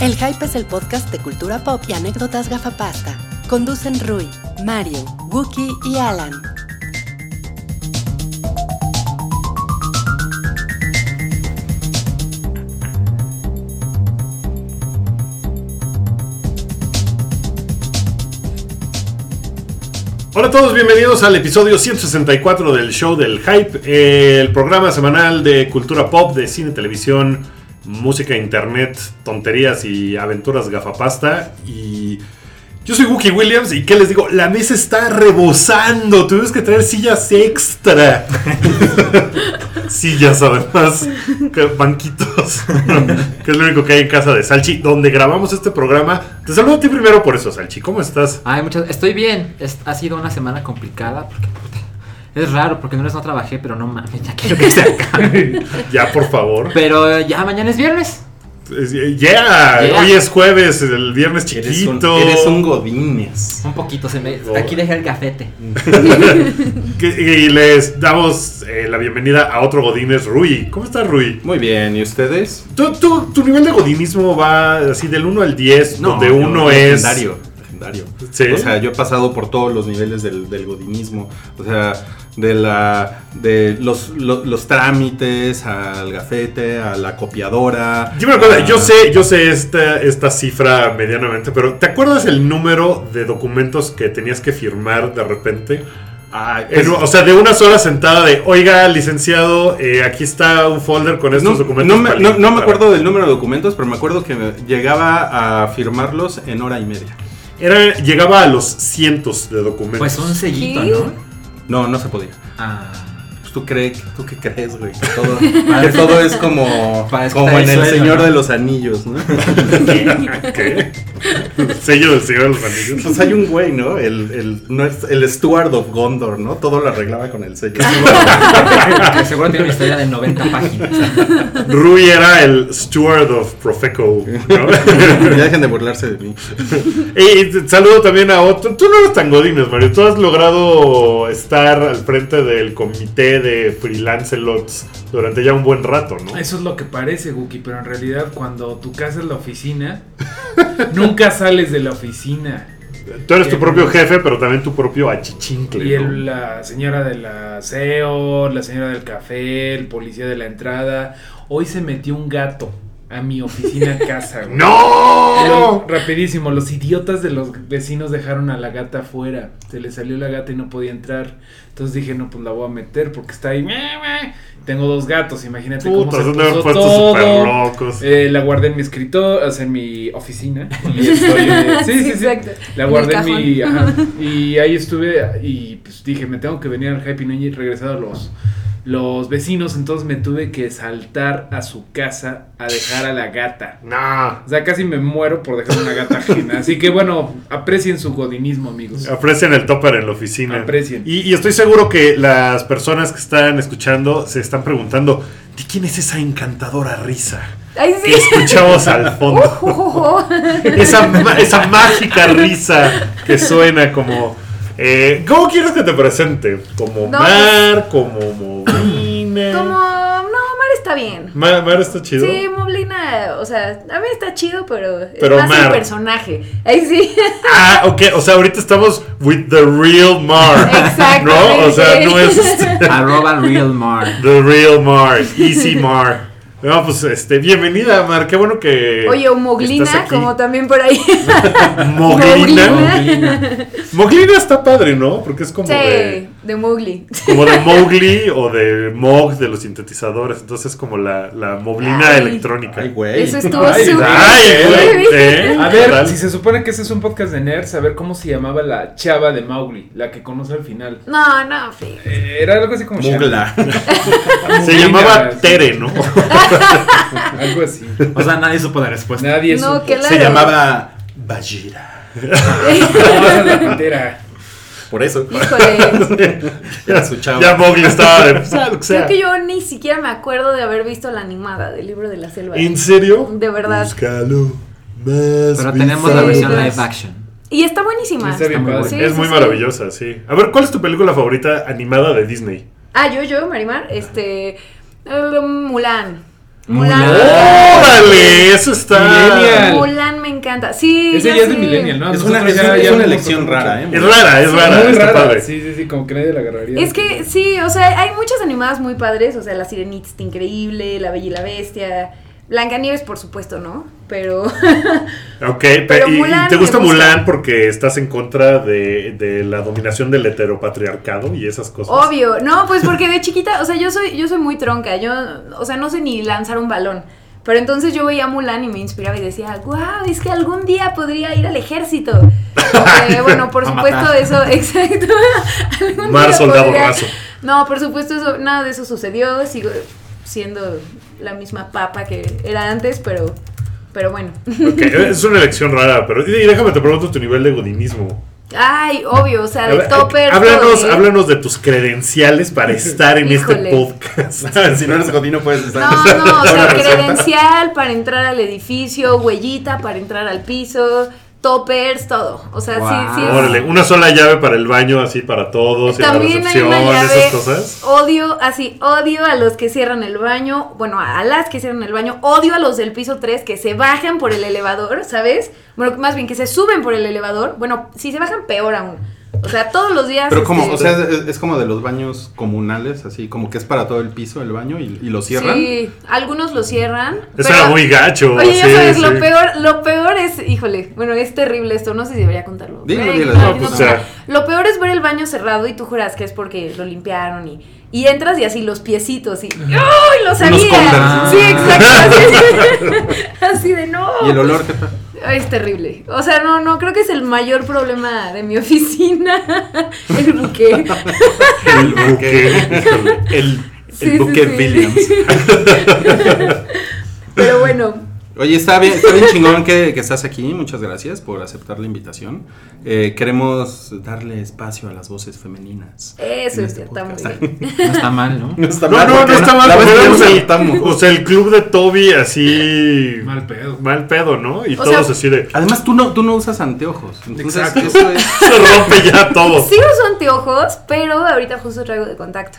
El Hype es el podcast de cultura pop y anécdotas gafapasta. Conducen Rui, Mario, Wookie y Alan. Hola a todos, bienvenidos al episodio 164 del show del Hype, eh, el programa semanal de cultura pop, de cine, televisión, música, internet, tonterías y aventuras gafapasta. Y yo soy Wookie Williams y ¿qué les digo? La mesa está rebosando, tuvimos que traer sillas extra. sillas además, que- banquitos, que es lo único que hay en casa de Salchi, donde grabamos este programa. Te saludo a ti primero por eso, Salchi, ¿cómo estás? Ay, muchas. Estoy bien. Es- ha sido una semana complicada porque puta, es raro porque no les no trabajé, pero no mames, ya quiero que se acabe. Ya, por favor. pero eh, ya mañana es viernes. Es- eh, Yeah, Yeah. hoy es jueves, el viernes Eres un, chiquito. eres un godines. Un poquito se me. Oh. Aquí dejé el cafete. Que- y les damos eh, la bienvenida a otro Godínez, Rui. ¿Cómo estás, Rui? Muy bien, ¿y ustedes? ¿Tú, tú- tu nivel de godinismo va así del 1 al 10, donde yo- uno es. Legendario. legendario. Sí. O sea, yo he pasado por todos los niveles del, del godinismo. O sea, de la de los, lo- los trámites, al gafete, a la copiadora. Ah. Dime una cosa, a- yo sé, yo sé esta, esta cifra medianamente, pero ¿te acuerdas el número de documentos que tenías que firmar de repente? Ay, pues, En- o sea, de una sola sentada de, oiga, licenciado, eh, aquí está un folder con estos no, documentos. no me, para- no- no me para- acuerdo del número de documentos, pero me acuerdo que me- llegaba a firmarlos en hora y media. Era, llegaba a los cientos de documentos. Pues un sellito, ¿Qué? ¿no? No, no se podía. Ah. Pues, ¿Tú, crees, ¿Tú qué crees, güey? Que todo, que todo es como, Parece que como está en el El suelo, Señor ¿no? de los Anillos, ¿no? ¿Qué? El sello del Señor de los Anillos. Pues hay un güey, ¿no? El, el, no es- el Steward of Gondor, ¿no? Todo lo arreglaba con el sello. Que seguro tiene una historia de 90 páginas. Rui era el steward of Profeco. ¿no? ya dejen de burlarse de mí. y, y te- saludo también a otro. Tú no eres tan godines, Mario. Tú has logrado estar al frente del comité de freelancelots durante ya un buen rato, ¿no? Eso es lo que parece, Guki, pero en realidad cuando tu casa es la oficina, nunca sales de la oficina. Tú eres tu propio jefe, pero también tu propio achichincle. Y ¿no? el- la señora del aseo, la señora del café, el policía de la entrada. Hoy se metió un gato a mi oficina casa. güey. Pero, ¡No! rapidísimo, los idiotas de los vecinos dejaron a la gata afuera. Se le salió la gata y no podía entrar. Entonces dije, no, pues la voy a meter porque está ahí. Tengo dos gatos, imagínate cómo Puta, se se han de haber puso puesto todo. súper locos. Eh, la guardé en mi escritorio, o sea, en mi oficina. Y estoy, eh, sí, sí, sí. Exacto. La En guardé en el mi. cajón. ajá. y ahí estuve y pues dije, me tengo que venir al Happy New Year", y regresado a los, los vecinos. Entonces me tuve que saltar a su casa a dejar a la gata. Nah. O sea, casi me muero por dejar una gata ajena. Así que bueno, aprecien su godinismo, amigos. Aprecien el topper en la oficina. Aprecien. Y, y estoy seguro que las personas que están escuchando se están preguntando, ¿de quién es esa encantadora risa Ay, que sí. escuchamos al fondo? esa, ma- esa mágica risa que suena como... eh, ¿Cómo quieres que te presente? ¿Como No, pues Mar? ¿Como Movina? Como, no, Mar está bien. Ma- Mar está chido. Sí, Moblina, o sea, a mí está chido, pero es Pero más Mar. el personaje. Ahí sí. Ah, ok, o sea, ahorita estamos with the real Mar. Exactamente. ¿No? O sea, no es... este, Arroba Real Mar. The Real Mar, Easy Mar. No, pues este, bienvenida, Mar. Qué bueno que. Oye, o estás Moglina, aquí. como también por ahí. Moglina. Moglina. Moglina está padre, ¿no? Porque es como de. Sí, de Mowgli. Como de Mowgli o de Mog de los sintetizadores. Entonces, como la, la Moglina Ay. electrónica. Ay, güey. Eso estuvo Ay, súper Ay, güey. heavy. ¿eh? A ¿Qué ver, tal? si se supone que ese es un podcast de nerds, a ver cómo se llamaba la chava de Mowgli, la que conoce al final. No, no, Fri. Eh, Era algo así como Mugla. Shang- se llamaba Muglina, Tere, ¿no? Algo así. Pues, O sea, nadie supo la respuesta. Nadie No, supo. que la- Se llamaba Bajira. No, esa es la pantera. Por eso. Híjole. Era su chavo. ya Mowgli estaba de. pues, ah, lo que sea. Creo que yo ni siquiera me acuerdo de haber visto la animada del libro de la selva. ¿En serio? De verdad. Búscalo más Pero tenemos la Sí, versión pues. live action. Y está buenísima. Está bien muy padre. bueno. Sí, es sí, muy sí. maravillosa, sí. A ver, ¿cuál es tu película favorita animada de Disney? Ah, yo, yo, Marimar, este. eh, Mulan. Mulan. ¡Órale! Eso está. Millennial. Mulan me encanta. Sí. Ese yo ya es de sí. Millennial, ¿no? Es una- Nosotros es una- es una vimos elección mucho. rara, ¿eh? Es rara, es Sí, rara, Muy está rara. padre. Sí, sí, sí, como que nadie la agarraría. Es que sí, o sea, hay muchas animadas muy padres, o sea, La Sirenita está increíble, La Bella y la Bestia, Blancanieves por supuesto, ¿no? Pero Ok, pe- Pero y- y, Mulan te me gusta gusta. Mulan porque estás en contra de, de la dominación del heteropatriarcado y esas cosas. obvio, no, pues porque de chiquita, o sea, yo soy yo soy muy tronca, yo, o sea, no sé ni lanzar un balón. Pero entonces yo veía a Mulan y me inspiraba y decía, wow, es que algún día podría ir al ejército. Eh, bueno, por A supuesto matar. eso, exacto. Algún Mar día soldado podría- raso. No, por supuesto, eso, nada de eso sucedió. Sigo siendo la misma papa que era antes, pero, pero bueno. Ok, es una elección rara, pero y- y déjame te pregunto tu nivel de godinismo. Ay, obvio, o sea, de Habla- topper. háblanos, todo de- háblanos de tus credenciales para estar en este Híjole. podcast. Si no eres godino puedes estar. No, no, o Buena sea, receta. credencial para entrar al edificio, huellita para entrar al piso, toppers, todo. O sea, Guau. sí, sí. es- Órale, una sola llave para el baño, así para todos, y la También hay recepción, una llave. esas cosas. Odio, así, odio a los que cierran el baño, bueno, a las que cierran el baño, odio a los del piso 3 que se bajan por el elevador, ¿sabes? Bueno, más bien que se suben por el elevador, bueno, si se bajan, peor aún. O sea, todos los días... Pero como, este, o sea, es, es como de los baños comunales, así como que es para todo el piso el baño y, y lo cierran. Sí, algunos lo cierran. Eso pero- era muy gacho. Oye, ya sí, sabes, sí. lo peor, lo peor es, híjole, bueno, es terrible esto, no sé si debería contarlo. Dilo, Ven, dilo, ay, dilo, no pues, sé. ya. Lo peor es ver el baño cerrado y tú juras que es porque lo limpiaron y, y entras y así los piecitos y ¡ay, lo sabía! Converse. Sí, exacto, así, así de no. Y el olor que tal. Ay, es terrible. O sea, no, no, creo que es el mayor problema de mi oficina. El buque. El buque. híjole. El, Sí, sí, sí. Pero bueno, Oye, está bien, está bien chingón que, que estás aquí. Muchas gracias por aceptar la invitación. Eh, queremos darle espacio a las voces femeninas. eso en es- este está muy podcast. bien. No está mal, ¿no? No está No, no, no porque está la- mal. La vez pero que o, sea, saltamos. o sea, el club de Toby así. Mal pedo. Mal pedo, ¿no? Y O todos sea- así de. Además, tú no, tú no usas anteojos. Entonces, Exacto. eso es. Se rompe ya todo. Oh. Sí uso anteojos, pero ahorita justo traigo de contacto.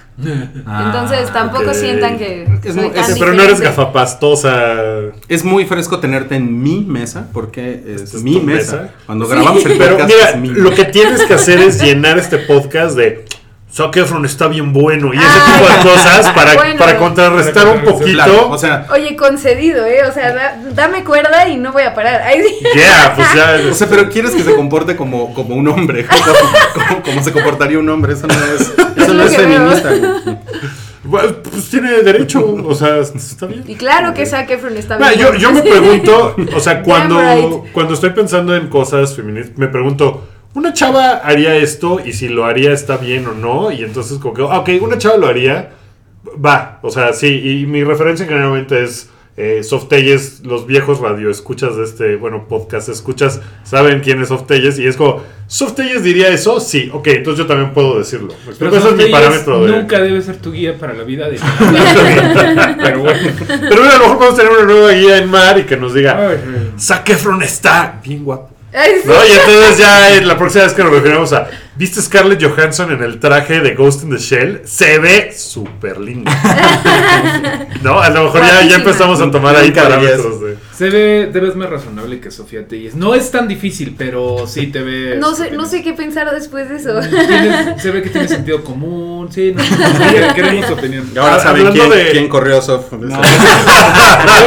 Ah, Entonces tampoco ok. sientan que. Es soy muy- tan es- pero no eres diferente. gafapastosa. Es muy fresco tenerte en mi mesa, porque es, ¿Esta es mi tu mesa. mesa? Cuando grabamos el Pero podcast mira, es mi lo mesa. que tienes que hacer es llenar este podcast de Zac Efron está bien bueno y ese Ah, tipo de cosas para, bueno. para contrarrestar un Claro, poquito. o sea, Oye, concedido, ¿eh? O sea, da- dame cuerda y no voy a parar. Ay, sí. Yeah, pues ya. o sea, pero quieres que se comporte como, como un hombre, como, como- como se comportaría un hombre, eso no es, eso no lo es que veo. feminista. güey. Bueno, Pues tiene derecho, o sea, está bien. Y claro que Zac Efron está Mira, bien. yo, yo me pregunto, o sea, Damn cuando, right. cuando estoy pensando en cosas feministas, me pregunto, ¿una chava haría esto? Y si lo haría, ¿está bien o no? Y entonces como que, ah, ok, una chava lo haría, va, o sea, sí, y mi referencia generalmente es... Eh, Softelles, los viejos radio escuchas de este, bueno, podcast escuchas, saben quién es Softelles y es como, Softelles diría eso, sí, ok, entonces yo también puedo decirlo. ¿Me explico? Ese es mi Sotellas parámetro de... Nunca debe ser tu guía para la vida de nadie. Pero bueno. Pero a lo mejor podemos tener una nueva guía en mar y que nos diga, Ay, ay. Zac Efron está bien guapo. Ay, sí. No, y entonces ya eh, la próxima vez que nos referimos a ¿Viste Scarlett Johansson en el traje de Ghost in the Shell? Se ve súper linda. no, a lo mejor ya, ya Guapísima. empezamos a tomar ahí Nunca dirías. parámetros de. Se ve, te ves más razonable que Sofía Telles. No es tan difícil, pero sí te ve. No sé, no sé qué pensar después de eso. Tienes- se ve que tiene sentido común. Sí, no. no, Queremos tu opinión. Ahora Ah, saben hablando quién, de- quién corrió a Sof. Yo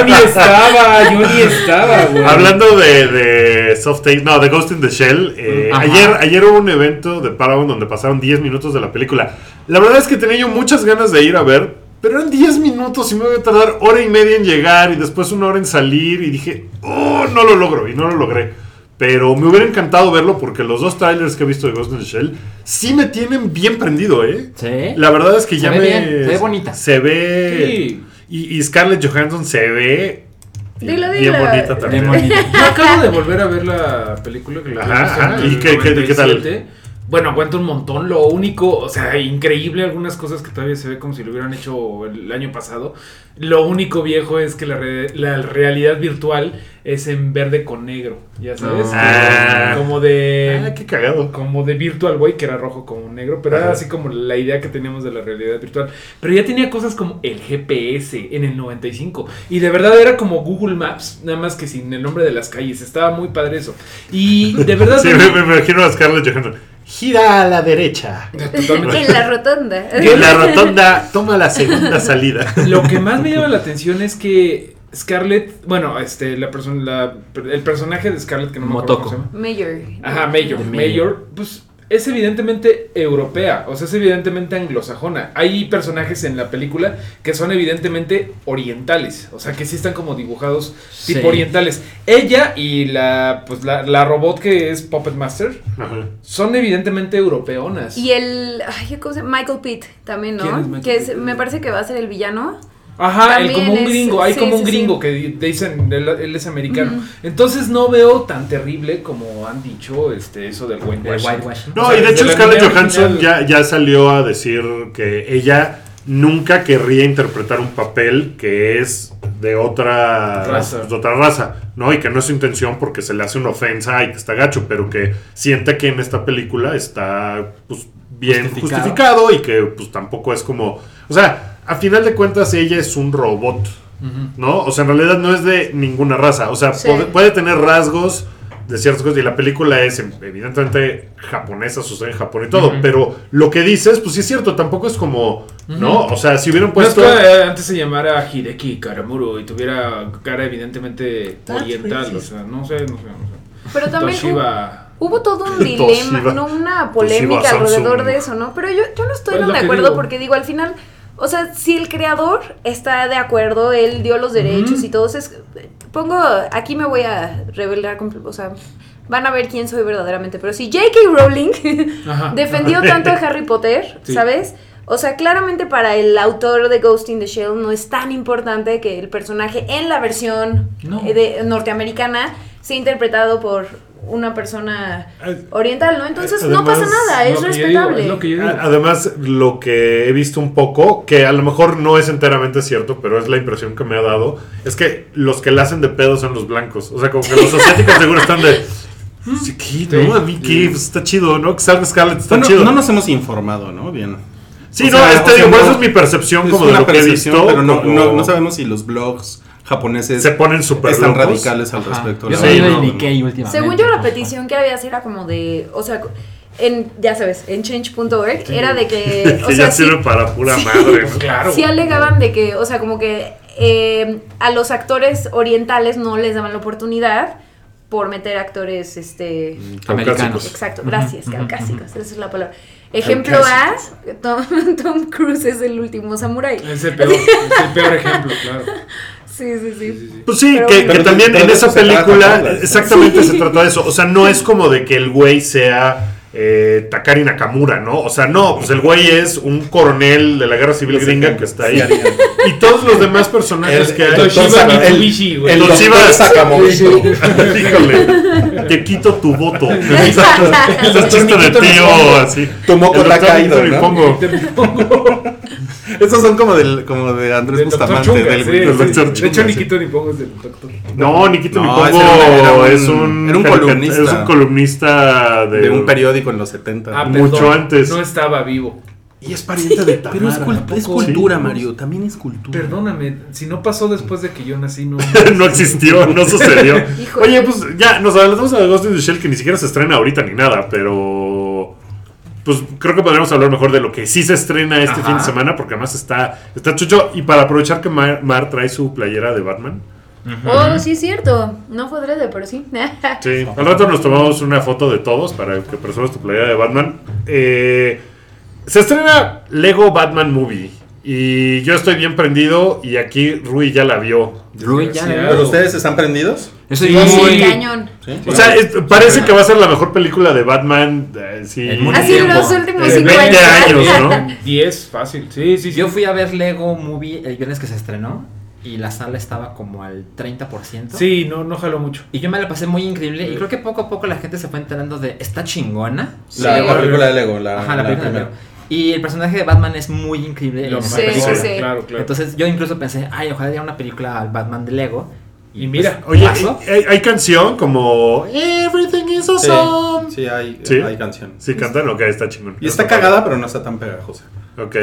ni estaba, yo ni estaba, güey. Hablando de, de soft tape, no, de Ghost in the Shell, eh, Ajá. ayer, ayer hubo un evento de Paramount donde pasaron 10 minutos de la película. La verdad es que tenía yo muchas ganas de ir a ver, pero eran 10 minutos y me voy a tardar hora y media en llegar y después una hora en salir y dije, oh, no lo logro y no lo logré. Pero me hubiera encantado verlo porque los dos trailers que he visto de Ghost in the Shell sí me tienen bien prendido, ¿eh? ¿Sí? La verdad es que Se ya ve me... bien, se ve bonita. Se ve... Sí. Y, y Scarlett Johansson se ve... Dilo, Bien dilo. bonita también. Bien bonita. Yo acabo de volver a ver la película que la Ajá, había visto en ajá. el ¿Y qué- qué- qué tal? 97, Bueno, aguanta un montón. Lo único, o sea, increíble algunas cosas que todavía se ve como si lo hubieran hecho el año pasado. Lo único viejo es que la, re- la realidad virtual es en verde con negro, ya sabes. Ah. Como de Ah, qué cagado. como de Virtual Boy, que era rojo como negro, pero era Ajá. así como la idea que teníamos de la realidad virtual. Pero ya tenía cosas como el GPS en el 95. Y de verdad era como Google Maps, nada más que sin el nombre de las calles. Estaba muy padre eso. Y de verdad... Sí, me, también- me imagino a Scarlett Johansson. Gira a la derecha. totalmente. en la rotonda. En la rotonda, toma la segunda salida. Lo que más me llama la atención es que Scarlett, bueno, este, la persona, la- el personaje de Scarlett que no me acuerdo Motoko. cómo se llama. Mayor. Ajá, Mayor. De Mayor, pues es evidentemente europea, o sea, es evidentemente anglosajona. Hay personajes en la película que son evidentemente orientales, o sea, que sí están como dibujados tipo Sí. orientales. Ella y la, pues, la, la robot que es Puppet Master Ajá. son evidentemente europeonas. Y el. Ay, ¿cómo se llama? Michael Pitt también, ¿no? ¿Quién es Michael que es- Pitt? me parece que va a ser el villano. Ajá, el También como un es- gringo, hay sí, como un sí, gringo sí. que di- dicen, él, él es americano. Entonces no veo tan terrible como han dicho este, eso del De whitewashing. whitewashing. No, O sea, y de desde hecho la Scarlett primera Johansson ya, original- ya salió a decir que ella nunca querría interpretar un papel que es de otra Raza. de otra raza, ¿no? Y que no es su intención porque se le hace una ofensa y que está gacho, pero que siente que en esta película está pues, bien Justificado. justificado y que pues tampoco es como, o sea, a final de cuentas ella es un robot. ¿no? O sea, en realidad no es de ninguna raza. O sea, Sí. puede, puede tener rasgos de ciertas cosas. Y la película es evidentemente japonesa, sucede en Japón y todo. Ujú. Pero lo que dices, pues sí es cierto, tampoco es como, ¿no? O sea, si hubieran Pues puesto. antes se llamara Hideki Karamuro y tuviera cara evidentemente Ah, That's oriental, racist. o sea, no sé, no sé, no sé. Pero también. Toshiba. Hubo todo un Toshiba. dilema, no una polémica Toshiba, alrededor Samsung. de eso, ¿no? Pero yo, yo no estoy Es Pues lo tan de que acuerdo digo. porque digo, al final, o sea, si el creador está de acuerdo, él dio los derechos y todo, es, pongo, aquí me voy a revelar, compl- o sea, van a ver quién soy verdaderamente, pero si J.K. Rowling Ajá. defendió tanto a Harry Potter, Ah, Sí. ¿sabes? O sea, claramente para el autor de Ghost in the Shell no es tan importante que el personaje en la versión No. eh, de- norteamericana sea interpretado por una persona Eh, oriental, ¿no? Entonces no además, pasa nada, es Lo que yo digo, respetable. es lo que yo digo. A- Además, lo que he visto un poco, que a lo mejor no es enteramente cierto, pero es la impresión que me ha dado, es que los que la hacen de pedo son los blancos. O sea, como que los asiáticos seguro están de. "Sí, ¿qué? ¿No? A mí qué, Pues, está chido, ¿no? Que salga Scarlett, está Bueno, chido. no nos hemos informado, ¿no? Bien. Sí, O no, sea, este, o sea, digo, por no- eso es mi percepción como de una lo que he percepción, visto. pero no, como no, no sabemos si los blogs japoneses Se ponen súper están locos. radicales al Ajá. respecto. Yo ¿no? Sí, soy de no. Nikkei últimamente. Según yo, la Ajá. petición que había era como de, o sea, en, ya sabes, en change.org era de que, o Que sea, ya sí- sirve para pura sí. madre. Pues ¿no? claro. Sí alegaban de que, o sea, como que eh, a los actores orientales no les daban la oportunidad por meter actores, este... Americanos. Exacto, Ujú, gracias, ujú, caucásicos, esa es la palabra. Ejemplo A, Tom, Tom Cruise es el último samurái. Es el peor, es el peor ejemplo, claro. Sí, sí, sí. Pues sí, Pero que, bueno. que Pero también de- de en eso esa se trata, película ¿no? exactamente se trata de eso. O sea, no es como de que el güey sea eh, Takari Nakamura, ¿no? O sea, no, pues el güey es un coronel de la guerra civil gringa que está ahí. Y todos los demás personajes El- que el hay. Toshiba Entonces, Mitsubishi, Mitsubishi, güey. El Los doctor Chivas. Sakamoto. Híjole, te quito tu voto. Exacto. Estás chiste de Chiniquito no tío, pongo. así. Tomoko El doctor Takaido, Anthony ¿no? Pongo. Esos son como, del, como de Andrés Del Dr. Bustamante. Chunga, del, sí, del sí, Dr. sí. De hecho, Chunga, ni sí. quito ni pongo es del doctor. No, Nikito No, Nipongo ese era un- era es un- un, era un caricat- columnista. Es un columnista de, de un periódico en los 70. Ah, Mucho perdón, antes. No estaba vivo. y es pariente de Pero es, cul- ¿a poco? es cultura, Sí. Mario. También es cultura. Perdóname, si no pasó después de que yo nací, no. no existió, no sucedió. Híjole. Oye, pues ya nos adelantamos a Ghost in the Shell que ni siquiera se estrena ahorita ni nada, pero pues creo que podríamos hablar mejor de lo que sí se estrena este Ajá. fin de semana porque además está está chucho y para aprovechar que Mar, Mar trae su playera de Batman. Oh, sí es cierto. No fue drede, pero sí. Sí, al rato nos tomamos una foto de todos para que presumas tu playera de Batman. Eh, se estrena Lego Batman Movie y yo estoy bien prendido y aquí Rui ya la vio. Rui ya la ¿Pero ustedes están prendidos? Eso Sí. yo Sí, muy- cañón. Sí. O sea, es- parece que va a ser la mejor película de Batman. eh, sí. En mucho Así tiempo. los últimos Eh, cinco 20 años. años, ¿no? 10, fácil. Sí, sí, sí. Yo fui a ver Lego Movie el viernes que se estrenó y la sala estaba como al 30%. Sí, no, no jaló mucho. Y yo me la pasé muy increíble y creo que poco a poco la gente se fue enterando de está chingona. La, Sí. la película de Lego, la, Ah, Ajá, la película de primera. Leo. Y el personaje de Batman es muy increíble. en Lo esa Sí, mejor, sí, película. sí. Claro, claro. Entonces yo incluso pensé, ay, ojalá haya una película al Batman de Lego. pues, Y mira, Oye, ¿Pasó? ¿hay, hay canción como Everything is Sí, awesome. Sí, sí, hay, Sí. hay canciones. cantan, ok, está chingón. Y está Está cagada, pero no está tan pegajosa. Ok.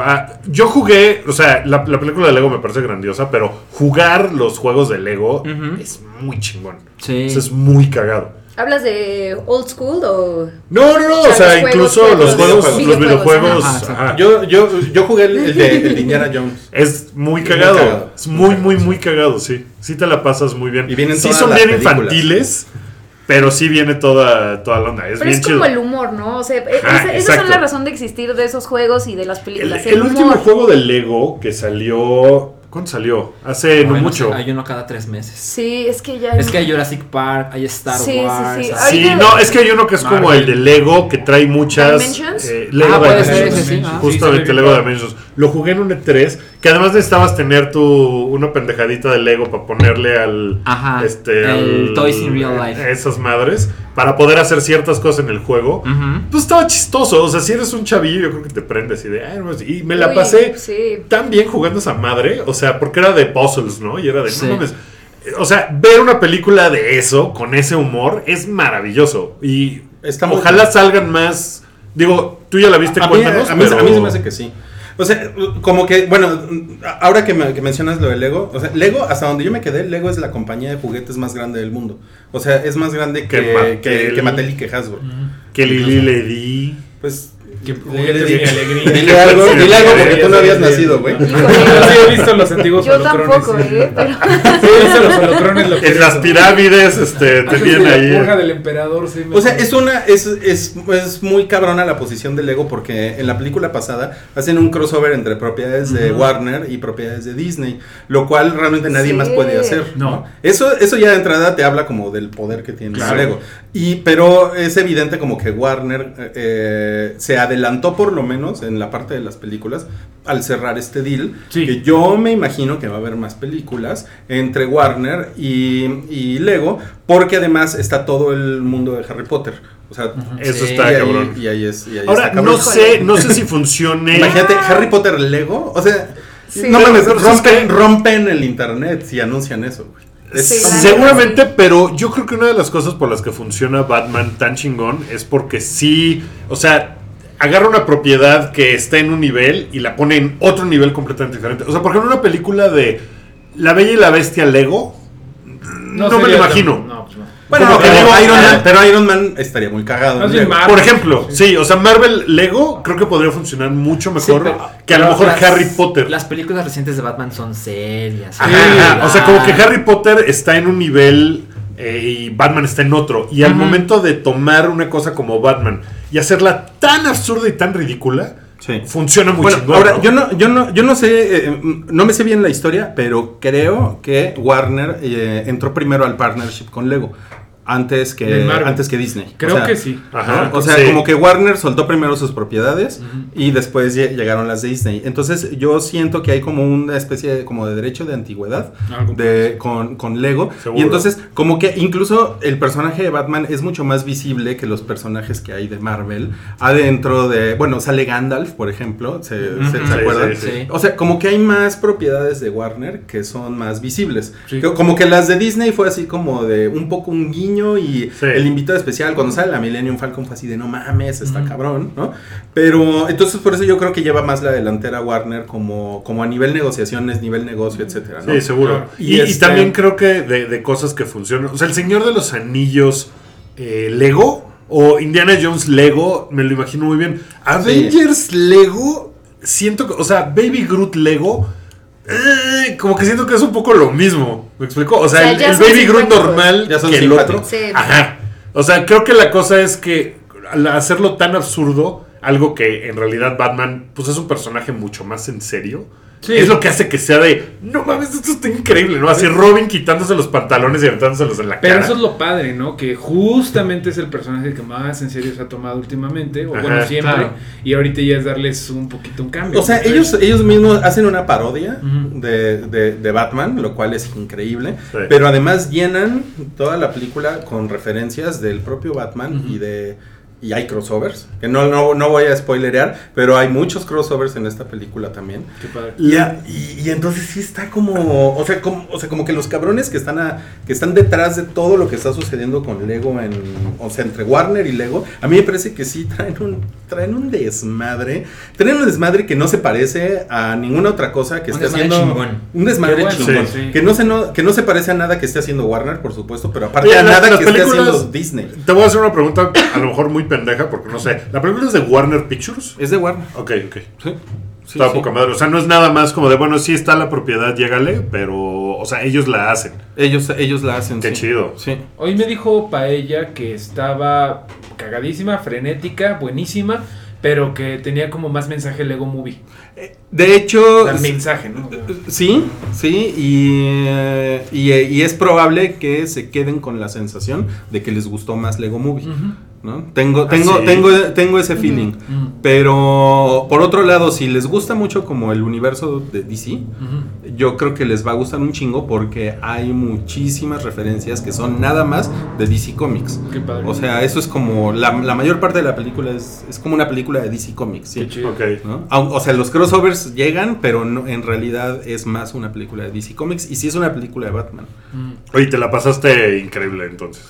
Ah, yo jugué, o sea, la, la película de Lego me parece grandiosa, pero jugar los juegos de Lego Ujú. es muy chingón. Sí. O sea, es muy cagado. ¿Hablas de old school o...? No, no, no, O sea, o sea, los incluso juegos, los juegos, juegos, los videojuegos, videojuegos, ajá, exacto. ajá, Yo, yo, yo jugué el, el de, el de Indiana Jones. es muy Muy cagado. cagado. Es muy, muy, muy cagado, sí. Sí te la pasas muy bien. Y vienen sí todas son las bien películas. infantiles, pero sí viene toda, toda la onda. Es Pero bien es como chido. el humor, ¿no? O sea, e- Ajá, esa- esas exacto. son la razón de existir de esos juegos y de las El, películas. el último humor. juego de Lego que salió. ¿Cuándo salió? Hace no Bueno, mucho. Hay uno cada tres meses. Sí, es que ya... Es que hay Jurassic Park, hay Star Sí, sí, Wars. sí. hay- Sí, Ahorita- no, es que hay uno que es como Marvel. el de Lego que trae muchas. ¿Dimensions? eh, Lego Ah, puede ser Dimensions. ese, sí, ah. Justamente Sí, se ve Lego bien. Dimensions. Lo jugué en un E3 que además necesitabas tener tu una pendejadita de Lego para ponerle al Ajá, este el al- Toys in Real Life. a esas madres para poder hacer ciertas cosas en el juego. Ujú. Pues estaba chistoso, o sea, si eres un chavillo, yo creo que te prendes y de, "Ay, no", y me la Uy, pasé Sí. tan bien jugando esa madre, o sea, porque era de puzzles, ¿no? Y era de, Sí. no mames. O sea, ver una película de eso, con ese humor, es maravilloso. Y Está muy ojalá bien. salgan más. Digo, tú ya la viste, A mí, cuéntanos. a mí- pero- a mí se me hace que sí. O sea, como que, bueno, ahora que, me- que mencionas lo de Lego, o sea, Lego, hasta donde yo me quedé, Lego es la compañía de juguetes más grande del mundo. O sea, es más grande que, Que que, Mattel. que, Mattel y que Hasbro. Que Lili le di. Pues, Que dile, juguetes dile- mi alegría. dile algo, dile algo porque tú no habías Sí, sí, sí. nacido, güey. Híjole, Sí, he visto los antiguos Yo holocrones. tampoco, ¿eh? Pero... Sí, he visto los holocrones. Lo que En las hizo. pirámides, este, Antes tenían de ahí. La purga del emperador, sí. me O sea, acuerdo. es una. Es, es, es muy cabrona la posición de Lego porque en la película pasada hacen un crossover entre propiedades de Warner y propiedades de Disney, lo cual realmente nadie Sí. más puede hacer. No. Eso, eso ya de entrada te habla como del poder que tiene Claro. Lego. Y, pero es evidente como que Warner eh, eh, se adelantó por lo menos en la parte de las películas al cerrar este deal. Sí. Que yo me imagino que va a haber más películas entre Warner y, y Lego, porque además está todo el mundo de Harry Potter. O sea, Eso Sí, y, está ahí, cabrón. y ahí es. y ahí Ahora, está cabrón. no sé, no sé si funcione. Imagínate, Harry Potter Lego. O sea, Sí. no mames, Pero, pero, rompen, ¿sabes qué? rompen el internet si anuncian eso, güey. Es- Sí, la Seguramente, pero yo creo que una de las cosas por las que funciona Batman tan chingón es porque sí, o sea, agarra una propiedad que está en un nivel y la pone en otro nivel completamente diferente. O sea, por ejemplo, una película de La Bella y la Bestia Lego, no, me lo sería tan- imagino. No, pues no. Bueno, Como que pero, digo, Iron ah, Man, pero Iron Man estaría muy cagado. Más en bien Lego. Ah, Marvel. Por ejemplo, sí, o sea, Marvel Lego creo que podría funcionar mucho mejor pero- que a lo pero mejor las- Harry Potter. Las películas recientes de Batman son serias. Ah. Ajá, serias. ajá. O sea, como que Harry Potter está en un nivel eh, y Batman está en otro. Y al Ujú. momento de tomar una cosa como Batman y hacerla tan absurda y tan ridícula, Sí. funciona muy Bueno, chingón. ahora, ¿no? yo no, yo no, yo no sé, eh, mm, no me sé bien la historia, pero creo que Warner eh, entró primero al partnership con Lego. Antes que, De Marvel. antes que Disney. Creo O sea, que sí. Ajá, O sea, sí. como que Warner soltó primero sus propiedades y después lle- llegaron las de Disney. Entonces yo siento que hay como una especie de, como de derecho de antigüedad Algo de, con, con Lego. Ah, Seguro. Y entonces como que incluso el personaje de Batman es mucho más visible que los personajes que hay de Marvel. Adentro de, bueno, sale Gandalf, por ejemplo, ¿se, se- Ujú. ¿se Sí, acuerdan? sí, sí. O sea, como que hay más propiedades de Warner que son más visibles. Sí. Que- Como que las de Disney fue así como de un poco un guiño y Sí. el invitado especial cuando sale la Millennium Falcon fue así de no mames, está Ujú. cabrón, ¿no? Pero entonces por eso yo creo que lleva más la delantera Warner como, como a nivel negociaciones, nivel negocio, etcétera, ¿no? Sí, seguro. Claro. Y, Y y este- también creo que de, de cosas que funcionan. O sea, el Señor de los Anillos eh, Lego o Indiana Jones Lego, me lo imagino muy bien. Avengers Lego, siento que, o sea, Baby Groot Lego, eh, como que siento que es un poco lo mismo. ¿Me explico? O sea, O sea, el, ya el son Baby Groot simpáticos. pues. normal Ya son que el otro. simpáticos. Sí. Ajá. O sea, creo que la cosa es que al hacerlo tan absurdo algo que en realidad Batman, pues es un personaje mucho más en serio. Sí. Es lo que hace que sea de, no mames, esto está increíble, ¿no? Así Robin quitándose los pantalones y aventándoselos en la Pero cara. eso es lo padre, ¿no? Que justamente es el personaje que más en serio se ha tomado últimamente, o bueno, Ajá, siempre, claro. y ahorita ya es darles un poquito un cambio. O sea, Entonces, ellos, ellos mismos hacen una parodia Ujú. de, de- de Batman, lo cual es increíble. Sí. Pero además llenan toda la película con referencias del propio Batman y de. Y hay crossovers, que no, no, no voy a spoilerear, pero hay muchos crossovers en esta película también. Qué padre. Ya, y, y entonces sí está como o, sea, como. o sea, como que los cabrones que están a- que están detrás de todo lo que está sucediendo con Lego en. O sea, entre Warner y Lego. A mí me parece que sí traen un. Traen un desmadre. Traen un desmadre que no se parece a ninguna otra cosa que Un esté desmadre haciendo. chingón. Un desmadre Qué bueno, chingón. sí, sí. Que no se no, que no se parece a nada que esté haciendo Warner, por supuesto, pero aparte Oye, a las- nada las que esté películas- haciendo Disney. Te voy a hacer una pregunta, a lo mejor muy pendeja, porque no sé. ¿La película es de Warner Pictures? Es de Warner. Ok, ok. Sí. Sí, está sí. poca madre. O sea, no es nada más como de, bueno, sí está la propiedad, llégale, pero, o sea, ellos la hacen. Ellos, ellos la hacen. Qué sí. chido. Sí. Hoy me dijo Paella que estaba cagadísima, frenética, buenísima, pero que tenía como más mensaje Lego Movie. De hecho. O sea, sí- mensaje, ¿no? Sí, sí, y, eh, y, eh, y es probable que se queden con la sensación de que les gustó más Lego Movie, Ujú. ¿no? Tengo, Ah, tengo, sí. tengo, tengo ese feeling. Ujú. Pero por otro lado, si les gusta mucho como el universo de DC, Ujú. yo creo que les va a gustar un chingo porque hay muchísimas referencias que son nada más de DC Comics. Qué padre. O sea, eso es como la, la mayor parte de la película es, es como una película de DC Comics. ¿sí? Qué chido. Ok. ¿no? Au- O sea, los crossovers llegan, pero no- en realidad es más una película de DC Comics y sí es una película de Batman. Ujú. Oye, te la pasaste increíble entonces.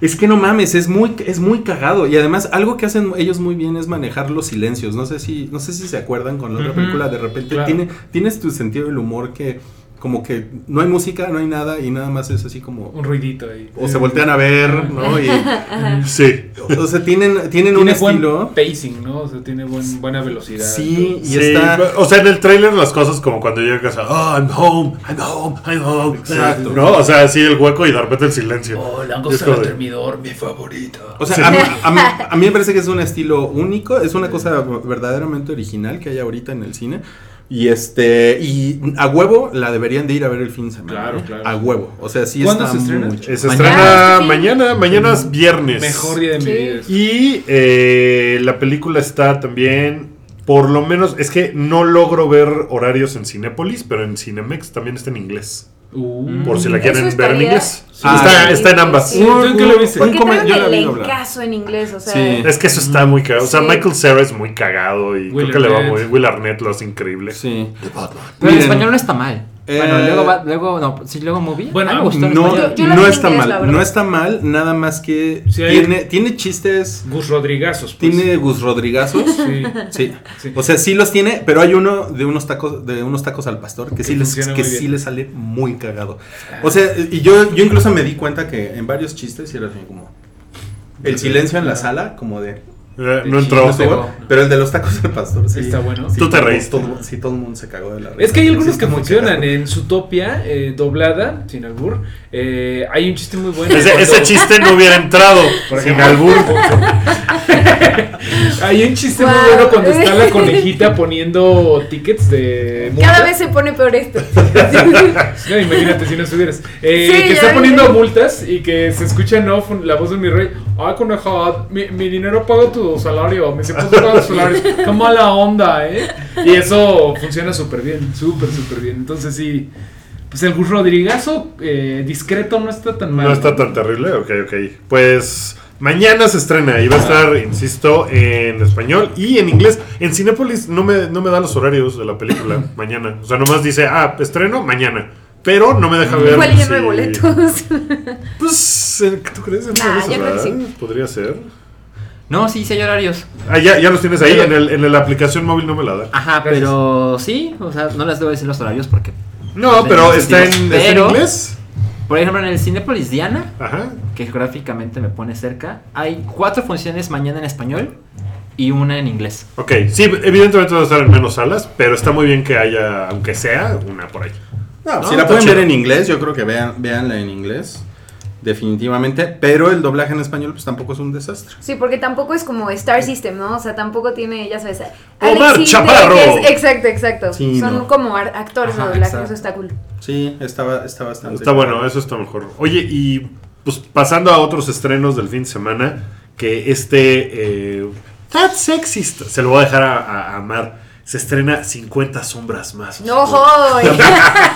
Es que no mames, es muy, es muy cagado. Y además, algo que hacen ellos muy bien es manejar los silencios. No sé si, no sé si se acuerdan con la otra Ujú, película. De repente claro. tiene, tienes tu sentido del humor que como que no hay música, no hay nada, y nada más es así como. Un ruidito ahí. O se voltean a ver, ¿no? Y, Sí. o sea, tienen, tienen un Tiene buen estilo. pacing, ¿no? O sea, tiene buen- buena velocidad. Sí, y Sí, está. O sea, en el trailer las cosas como cuando llegas a Oh, I'm home, I'm home, I'm home. Exacto. Oh, No, o sea, así el hueco y de repente el silencio. Oh, la Es como de- Termidor, mi favorito. O sea, a, mí, a mí- a mí me parece que es un estilo único, es una cosa verdaderamente original que hay ahorita en el cine. Y este, y a huevo la deberían de ir a ver el fin de semana. Claro, ¿eh? claro. A huevo. O sea, sí ¿Cuándo está se estrena? muy chido. Eh, se Mañana, estrena Ah, sí. mañana, mañana es viernes. Mejor día de mi Sí. vida. Y eh, la película está también, por lo menos, es que no logro ver horarios en Cinépolis, pero en Cinemex también está en inglés. Uh, Por si la Mm, quieren Eso ver en estaría- inglés. Ah, está, sí. está en ambas. Sí. ¿Tú en qué lo viste? Porque comen- traen yo la el vi doblada. encaso en inglés, o sea. Sí. Es que eso está muy cagado. O sea, Sí. Michael Cera es muy cagado y Mm, Will creo que le va Arnett. muy Will Arnett lo hace increíble. Eh, Sí. Pero Miren. el español no está mal. bueno, Eh, luego, va- luego, no, sí, luego movie. Bueno, Ah, me gustó el No, Yo- español. yo la vi no en está inglés, la mal, verdad. no está mal, nada más que Sí, hay- tiene, tiene chistes, Gus Rodrigazos. pues. tiene Gus Rodrigazos. Sí. Sí. Sí. O sea, sí los tiene, pero hay uno de unos tacos, de unos tacos al pastor que, Que sí, les, funciona que muy bien. sí les sale muy cagado. O sea, y yo, yo incluso me di cuenta que en varios chistes era así como. El silencio en la sala, como de. Eh, De no entró. no pegó, pero el de los tacos al pastor sí. Está bueno. Sí, Tú te todo- reíste. todo- sí, todo el mundo se cagó de la risa. Es que hay Sí, algunos está que muy funcionan. cagado. En Zootopia, eh, doblada, sin albur, eh, hay un chiste muy bueno. Ese, cuando- ese chiste no hubiera entrado Por sin ejemplo. albur. Hay un chiste muy Wow. bueno cuando está la conejita poniendo tickets de. multa. Cada vez se pone peor este. esto. No, imagínate si no estuvieras. Eh, Sí, que ya está vi. poniendo multas y que se escucha en off la voz de mi rey. Ay, coneja, mi, mi dinero paga tu salario. Me se puso pagar tu salario. Qué mala onda, ¿eh? Y eso funciona súper bien, súper, súper bien. Entonces sí. Pues el Gus Rodrigazo eh, discreto no está tan mal. No está tan terrible. Ok, ok. Pues mañana se estrena y va a estar, insisto, en español y en inglés. En Cinépolis no me, no me da los horarios de la película mañana. O sea, nomás dice, ah, estreno mañana. Pero no me deja ver. Igual si- lleno de boletos. Pues, eh, ¿tú crees? Entra Nah, de esos, yo Ah, creo que ¿verdad? sí. Podría ser. No, sí, sí hay horarios. Ah, ya, ya los tienes ahí. En, el, en la aplicación móvil no me la da. Ah, Ajá, Gracias. pero sí, o sea, no les debo decir los horarios porque. No, pero Sí, está en, sí, está en pero- inglés. Por ejemplo, en el Cinepolis Diana, Ajá. que geográficamente me pone cerca, hay cuatro funciones mañana en español y una en inglés. Ok, sí, evidentemente va a estar en menos salas, pero está muy bien que haya, aunque sea, una por ahí. No, No, si la está pueden chido. ver en inglés, yo creo que vean, véanla en inglés. definitivamente. Pero el doblaje en español, pues tampoco es un desastre. Sí, porque tampoco es como Star System, ¿no? O sea, tampoco tiene, ya sabes. Omar Inter- Chaparro. es- exacto, exacto. Sí, Son no. como ar- actores Ajá, de doblaje, exacto. eso está cool. Sí, estaba, está bastante. Está bueno, eso está mejor. Oye, y pues pasando a otros estrenos del fin de semana, que este... Eh, That's sexist. Se lo voy a dejar a, a- a Mar. Se estrena 50 sombras más. No, joy.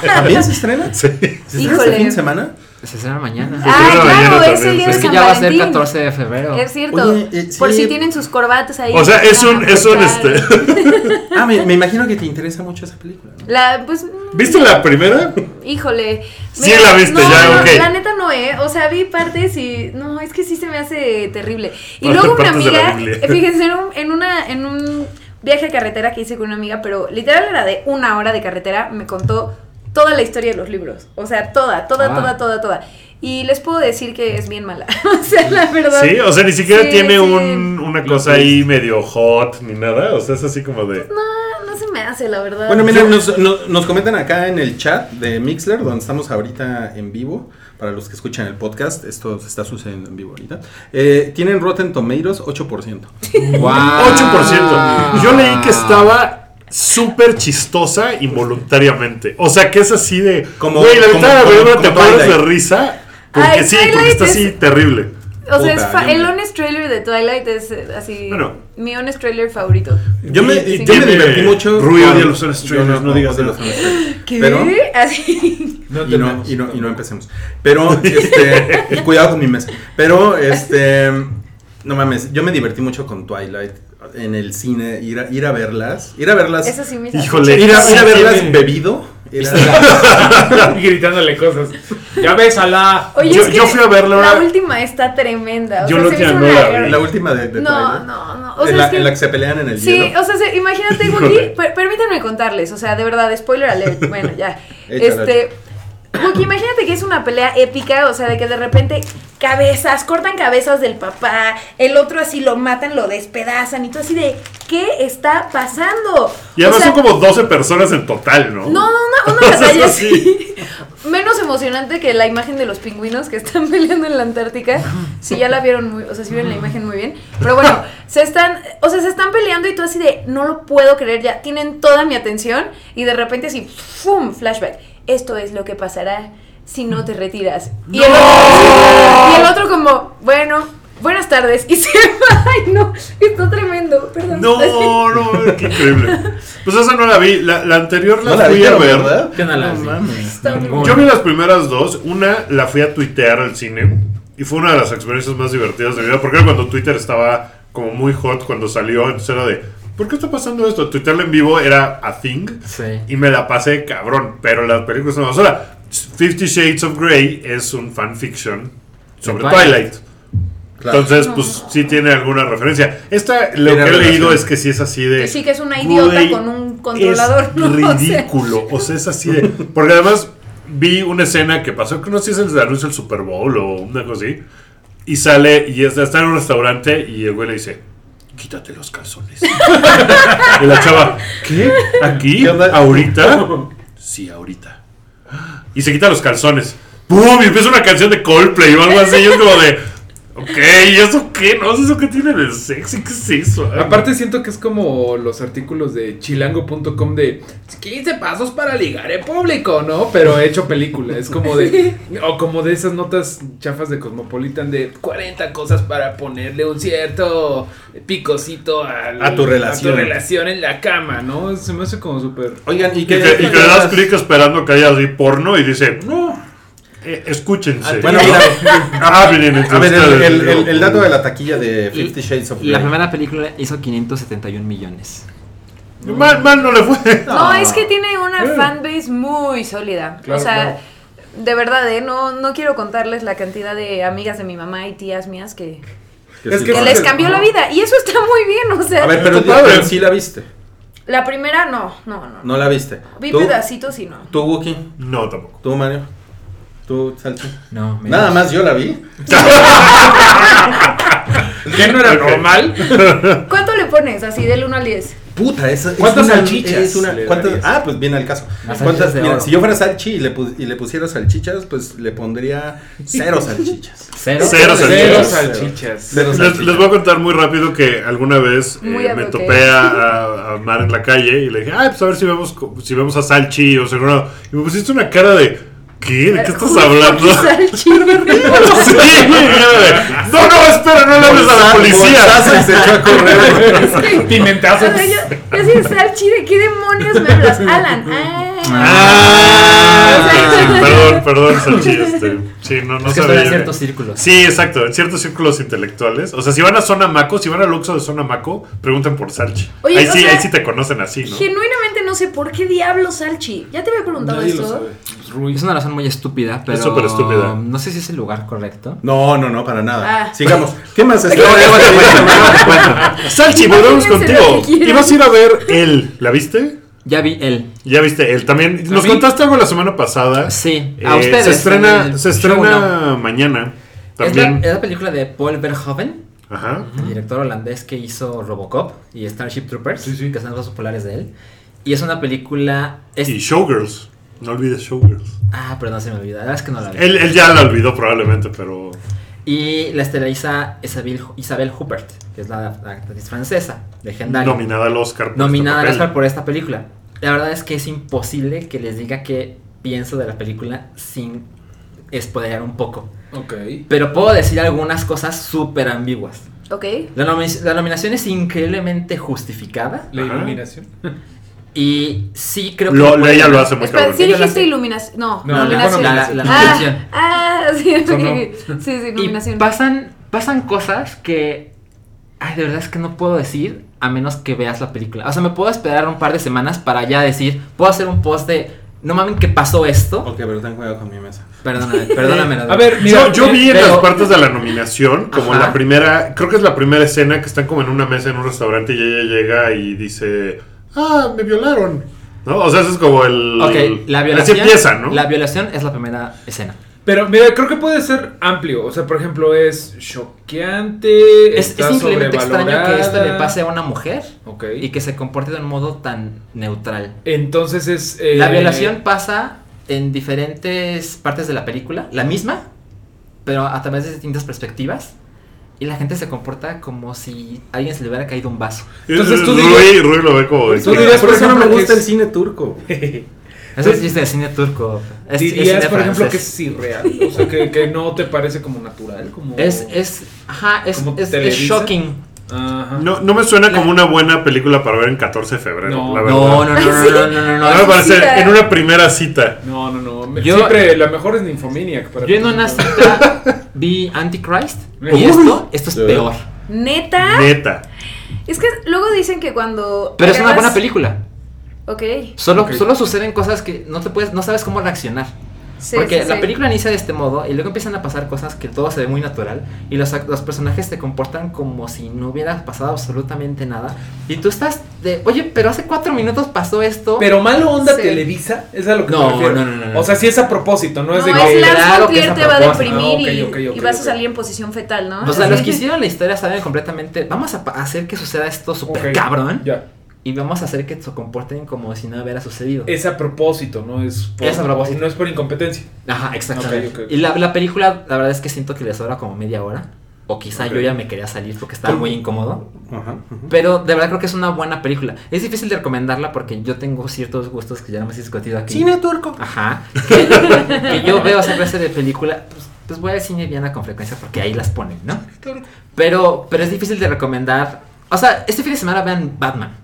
¿También se estrena? Sí. ¿Se estrena este Híjole. fin de semana? Se estrena mañana. Ah, Mañana claro, también, es el día sí. de es que San ya va a ser Valentín. 14 de febrero. Es cierto. Oye, eh, sí. Por si tienen sus corbatas ahí. O sea, es un... Es un Claro. este, Ah, me, me imagino que te interesa mucho esa película. ¿no? La, pues, mm, ¿Viste la primera? híjole. Sí la viste, no, ya, no, ok. La neta no, ¿eh? O sea, vi partes y. No, es que sí se me hace terrible. Y Parte- luego una partes de la amiga. eh, Biblia. Fíjense, en un, en, una, en un viaje a carretera que hice con una amiga, pero literal era de una hora de carretera, me contó toda la historia de los libros. O sea, toda, toda, Ah. toda, toda, toda. Y les puedo decir que es bien mala. o sea, la verdad. Sí, o sea, ni siquiera Sí, tiene sí. un- una cosa ahí medio hot ni nada. O sea, es así como de... No, no se me hace, la verdad. Bueno, mira, nos, no- nos comentan acá en el chat de Mixler, donde estamos ahorita en vivo. Para los que escuchan el podcast, esto se está sucediendo en vivo ahorita. Eh, tienen Rotten Tomatoes 8%. Wow. 8%. Yo leí que estaba súper chistosa involuntariamente. O sea, que es así de. Como- Güey, la como- mitad de la como- película te como mueres de Twilight. risa. Porque Ay, sí, porque Twilight está es- así terrible. O sea, es Puta, fa- yo el me- honest trailer de Twilight es eh, así. Bueno. Mi honest trailer favorito. Yo me, Y- y yo tiene- me divertí mucho. Rui con- odia los Honest yo Trailers, no digas odio nada. los Honest Trailers. ¿Qué? Pero- Así. No y no, entendemos. y no, y no empecemos. Pero, este, y cuidado con mi mesa. Pero, este, no mames, yo me divertí mucho con Twilight en el cine, ir a, ir a verlas, ir a verlas, Eso sí me Híjole. ir a, Sí, ir a verlas tiene- bebido. ir a- Y gritándole cosas. Ya ves a la. Oye, Yo- es que yo fui a verla. La última está tremenda. O Yo sea, la se me hizo última no una la vi. gran- la última de, de No, Twilight. no, no. O sea, en, es la, que- en la que se pelean en el Sí, hielo. o sea, se- imagínate, Híjole. Wookie, per- permítanme contarles, o sea, de verdad, spoiler alert, bueno, ya. Échala. este, Wookie, imagínate que es una pelea épica, o sea, de que de repente cabezas, cortan cabezas del papá, el otro así lo matan, lo despedazan, y tú así de, ¿qué está pasando? Y O además sea, son como 12 personas en total, ¿no? No, una, O sea, una batalla es así. así. Menos emocionante que la imagen de los pingüinos que están peleando en la Antártica. Si ya la vieron muy, o sea, si vieron la imagen muy bien. Pero bueno, se están, o sea, se están peleando y tú así de, no lo puedo creer ya, tienen toda mi atención y de repente así, ¡fum! Flashback. Esto es lo que pasará si no te retiras. Y, el, otro, y el otro como, bueno, buenas tardes. Y se va. Ay, no, está tremendo, perdón. No, no, qué increíble. Pues esa no la vi. La, la anterior la, No la fui a vieron, ver. ¿verdad? Yo no la vi. mames. Está muy- Yo vi las primeras dos. Una la fui a tuitear al cine. Y fue una de las experiencias más divertidas de mi vida. Porque era cuando Twitter estaba como muy hot cuando salió. Entonces era de, ¿por qué está pasando esto? Tuitearlo en vivo era a thing. Sí. Y me la pasé cabrón. Pero las películas son una basura. Fifty Shades of Grey es un fanfiction sobre Twilight. Twilight. Claro. Entonces, pues sí tiene alguna referencia. Esta, lo que Tiene he relación. leído es que sí es así de. Sí, que es una idiota Güey, con un controlador, Es ¿no? O sea. ridículo. O sea, es así de. Porque además vi una escena que pasó, que no sé si es el anuncio del Super Bowl o una cosa así. Y sale, y está está en un restaurante y el güey le dice: Quítate los calzones. y la chava: ¿Qué? ¿Aquí? ¿Qué onda? ¿Ahorita? Sí, ahorita. Y se quita los calzones. ¡Pum! Y empieza una canción de Coldplay o algo así. Y es como de. Ok, ¿y eso qué? No, ¿eso qué tiene de sexy? ¿Qué es eso? Aparte siento que es como los artículos de chilango.com de 15 pasos para ligar en público, ¿no? Pero hecho película, es como de o como de esas notas chafas de Cosmopolitan de 40 cosas para ponerle un cierto picocito al- A tu relación. a tu relación en la cama, ¿no? Se me hace como súper Oigan, ¿y Y que, qué? y que le das clic esperando que haya así porno y dice, no, eh, escúchense. Ah, Bueno, mira, hablen entre a ver, el, ustedes. el- el- el dato de la taquilla de Y- Fifty Shades of y La Grey. primera película hizo 571 millones. Mal, mal no le fue. No, es que tiene una Eh. fanbase muy sólida. Claro, o sea, claro. de verdad, ¿eh? no, no quiero contarles la cantidad de amigas de mi mamá y tías mías que, Es sí que que pasa. les cambió la vida. Y eso está muy bien, o sea. A ver, pero, Está padre. pero sí la viste. La primera, no, no, no. No la viste. Vi ¿Tú? pedacitos y no. ¿Tú, Wookie? No, tampoco. ¿Tú, Mario? ¿Tú, Salchi? No, Nada más yo la vi. ¿Qué no era normal? ¿Cuánto le pones así del 1 al 10? Puta, esa es ¿Cuántas una- salchichas es una- le ¿cuántas- darías? ah, pues viene al caso. Las ¿Cuántas- salchichas de mira, oro. si yo fuera salchi y le, pus- y le pusiera salchichas, pues le pondría cero salchichas. Cero. Cero Cero salchichas. salchichas. Cero Les, salchichas. les voy a contar muy rápido que alguna vez eh, Muy ad me hoc, topé a, a Mar en la calle y le dije, ay, pues a ver si vemos, co- si vemos a Salchi o Seguro. Y me pusiste una cara de, ¿qué? ¿De qué estás Eh, Justo hablando? que salchicha. Sí, no, no, espera, no le hables a la Bolsazo y se policía. echó a correr. Pimentazos. O sea, yo, yo sí, Salchi, ¿de qué demonios me hablas? Alan. Ah, Ah, ok, sí, exacto. perdón, perdón, Salchi. Este, sí, no, no Es que sabía. son en yo. ciertos círculos. Sí, exacto, en ciertos círculos intelectuales. O sea, si van a Zona Maco, si van al Luxo de Zona Maco, preguntan por Salchi. Oye, ahí, o sí, sea, ahí sí te conocen así, ¿no? Genuinamente no sé por qué diablos Salchi. Ya te había preguntado Nadie lo esto. sabe. Pues, Ruiz. Es una razón muy estúpida, pero. súper estúpida. No sé si es el lugar correcto. No, no, no, para nada. Ah. Sigamos. ¿Qué más Este, es? Salchi, volvemos Imagínense contigo. lo que quieran. Ibas a ir a ver él. ¿La viste? Ya vi él. Ya viste él también. Nos mí? contaste algo la semana pasada. Sí, Eh, a ustedes. Se en estrena, el se show, estrena mañana. no. Es la, También. es la película de Paul Verhoeven, Ajá. el director holandés que hizo Robocop y Starship Troopers, Sí, sí. que son los dos populares de él. Y es una película. es- Y Showgirls. No olvides Showgirls. Ah, perdón, se me olvida. La verdad es que no la vi. Él, él ya la olvidó probablemente, pero. Y la esteriliza Isabel, Isabel Huppert, que es la, la actriz francesa, legendaria. Nominada al Oscar. por nominada al este Oscar papel. por esta película. La verdad es que es imposible que les diga qué pienso de la película sin spoilear un poco. Ok. Pero puedo decir algunas cosas súper ambiguas. Ok. La, nomi- la nominación es increíblemente justificada La Ajá. iluminación. y sí creo que... Lo- puede- ella lo hace muy Espera, cabrón. sí Yo la dijiste sé. iluminación. No, No, No, la, iluminación. la- la- la nominación. Ah, ah, sí, ok. Sonó. sí, sí, Y iluminación. pasan, pasan cosas que... Ay, de verdad es que no puedo decir a menos que veas la película. O sea, me puedo esperar un par de semanas para ya decir, puedo hacer un post de, no mames, que pasó esto. Ok, pero ten cuidado con mi mesa. Perdóname, perdóname. la Eh, A ver, mira. Yo, yo vi en eh, Pero- las partes de la nominación, como Ajá. la primera, creo que es la primera escena que están como en una mesa en un restaurante y ella llega y dice, ah, me violaron. ¿No? O sea, eso es como el... Ok, la Así violación. empieza, ¿no? La violación es la primera escena. Pero mira, creo que puede ser amplio. O sea, por ejemplo, es choqueante. Es, está es simplemente extraño que esto le sobrevalorada. pase a una mujer Ok. y que se comporte de un modo tan neutral. Entonces es. eh, La violación pasa en diferentes partes de la película, la misma, pero a través de distintas perspectivas. Y la gente se comporta como si a alguien se le hubiera caído un vaso. Entonces tú Rui, dirías- Eh, Rui lo ve como... Tú dirías, por por eso no ejemplo, me que gusta es- el cine turco. Eso es chiste de cine turco. Es, es Pues, Dirías, cine por ejemplo, que francés. es irreal. O sea, que, que no te parece como natural. Como... es. Es. Ajá, es, ¿Como es, es Televisa? shocking. Ajá. No, no me suena La- como una buena película para ver en 14 de febrero, No. la verdad. No, no, no, no, no, no, no, no. No me Ah, parece cita. en una primera cita. No, no, no. Me- Yo- Siempre la mejor es Ninfomaniac. Para Yo en mí. una cita vi Antichrist Uy. y esto, esto es De peor. Neta. Neta. Es que luego dicen que cuando. Pero es una buena acabas- película. Ok. Solo, Ok. solo suceden cosas que no te puedes, no sabes cómo reaccionar. Sí, Porque sí, la sí. película inicia de este modo y luego empiezan a pasar cosas que todo se ve muy natural y los, ac- los personajes se comportan como si no hubiera pasado absolutamente nada. Y tú estás de, oye, pero hace cuatro minutos pasó esto. Pero malo onda Sí. Televisa, es a lo que No, me refiero. no, no, no, no. O sea, sí es a propósito, no, No, es de es que. Lars Claro von que es Trier a te va a propósito. deprimir y, Ah, ok, ok, ok, y vas ok. a salir en posición fetal, ¿no? o sea, los que quisieron hicieron la historia saben completamente, vamos a pa- hacer que suceda esto súper Ok, cabrón Ya. y vamos a hacer que se comporten como si no hubiera sucedido. Es a propósito, no es por, Es a propósito. No es por incompetencia. Ajá, exactamente. Ok, ok, ok. Y la, la película, la verdad es que siento que le sobra como media hora. O quizá Ok. yo ya me quería salir porque estaba muy incómodo. Ajá. Pero de verdad creo que es una buena película. Es difícil de recomendarla porque yo tengo ciertos gustos que ya no me he discutido aquí. turco. Ajá. Que, que yo veo esa clase de película. Pues, pues voy al cine Viana con frecuencia porque ahí las ponen, ¿no? Pero, pero es difícil de recomendar. O sea, este fin de semana vean Batman.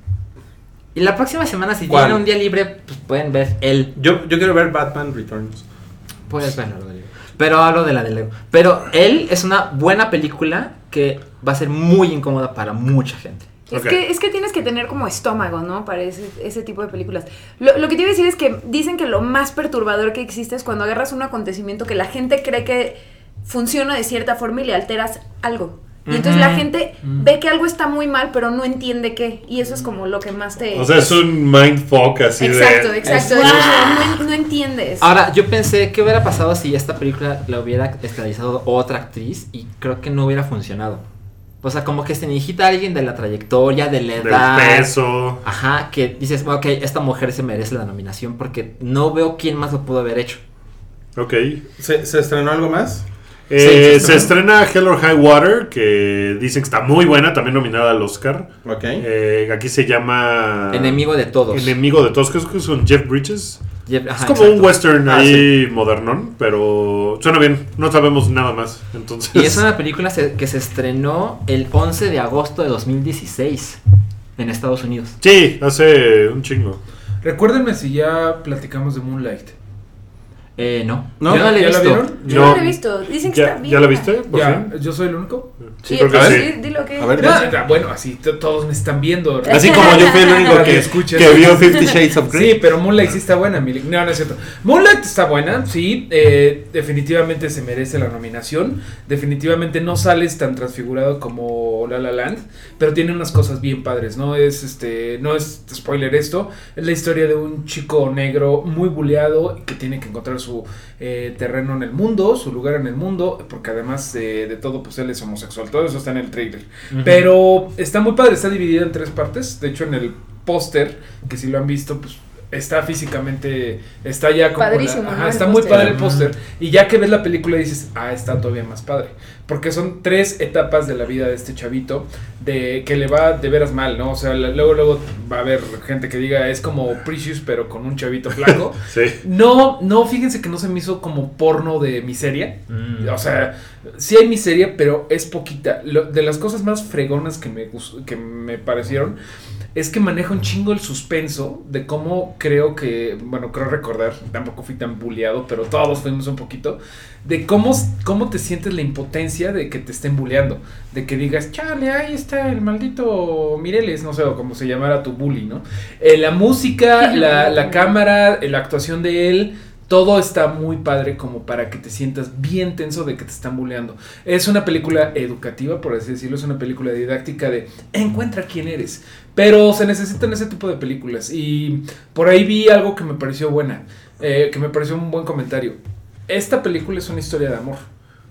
Y la próxima semana, si ¿Cuál? tienen un día libre, pues pueden ver el Yo, yo quiero ver Batman Returns. Puedes verlo, lo de Lego. Pero hablo de la de Lego. Pero él es una buena película que va a ser muy incómoda para mucha gente. Es, Ok. que, es que tienes que tener como estómago, ¿no? Para ese, ese tipo de películas. Lo, lo que te iba a decir es que dicen que lo más perturbador que existe es cuando agarras un acontecimiento que la gente cree que funciona de cierta forma y le alteras algo. Y entonces la Ujú. gente Mm. ve que algo está muy mal, pero no entiende qué. Y eso es como lo que más te... O sea, es un mindfuck así exacto, de... exacto. Es- no, en- no entiendes. Ah, Ahora, yo pensé qué hubiera pasado si esta película la hubiera estelarizado otra actriz y creo que no hubiera funcionado. O sea, como que se necesita alguien de la trayectoria, de la Del edad. peso. Ajá, que dices, bueno, ok, esta mujer se merece la nominación porque no veo quién más lo pudo haber hecho. Ok. ¿Se, se estrenó algo más? Eh, sí, sí. se estrena Hell or High Water, que dicen que está muy buena, también nominada al Oscar. Ok. Eh, aquí se llama... Enemigo de todos. Enemigo de todos, creo que son Jeff Bridges. Jeff- ajá, es como exacto. un western Ah, ahí modernón, pero suena bien, no sabemos nada más. Entonces, Y es una película se- que se estrenó el 11 de agosto de 2016 en Estados Unidos. sí, hace un chingo. Recuérdenme si ya platicamos de Moonlight. Eh, no. No, Yo no la he ¿Ya la visto. vieron? Yo no, lo he visto. Dicen que ¿Ya, está bien. ¿Ya la viste? ¿Por Ya, fin? yo soy el único. Sí, Y- creo que a ver, sí. sí, dilo que. A ver. No, no, bueno, así t- todos me están viendo. ¿verdad? Así como yo fui el único Para que que, escuchen. que vio Fifty Shades of Grey. Ah. Sí, pero Moonlight sí está buena, Milik. No, no es cierto. Moonlight está buena, sí. eh, definitivamente se merece la nominación. Definitivamente no sales tan transfigurado como La La Land. Pero tiene unas cosas bien padres. No es este. No es spoiler esto. Es la historia de un chico negro muy buleado. Que tiene que encontrar su eh, terreno en el mundo. Su lugar en el mundo. Porque además eh, de todo, pues él es homosexual. Todo eso está en el trailer. Pero está muy padre, está dividida en tres partes. De hecho, en el póster, que si lo han visto, pues está físicamente. Está ya como. la- Padrísimo, ajá, ¿no? El está muy póster. padre el Ajá. póster. Y ya que ves la película dices, ah, está todavía más padre. Porque son tres etapas de la vida de este chavito. De que le va de veras mal, ¿no? O sea, la- luego, luego va a haber gente que diga, es como Precious, pero con un chavito flaco. Sí. No, no, fíjense que no se me hizo como porno de miseria. Mm. O sea, sí hay miseria, pero es poquita. Lo- de las cosas más fregonas que me, gus- que me parecieron es que maneja un chingo el suspenso de cómo creo que, bueno, creo recordar, tampoco fui tan bulleado, pero todos fuimos un poquito, de cómo, s- cómo te sientes la impotencia de que te estén bulleando, de que digas, chale, ahí está el maldito Mireles, no sé, o como se llamara tu bully, ¿no? Eh, la música, la, la cámara, eh, la actuación de él, todo está muy padre como para que te sientas bien tenso de que te están bulleando. Es una película educativa, por así decirlo, es una película didáctica de encuentra quién eres. Pero se necesitan ese tipo de películas. Y por ahí vi algo que me pareció buena, eh, que me pareció un buen comentario. Esta película es una historia de amor.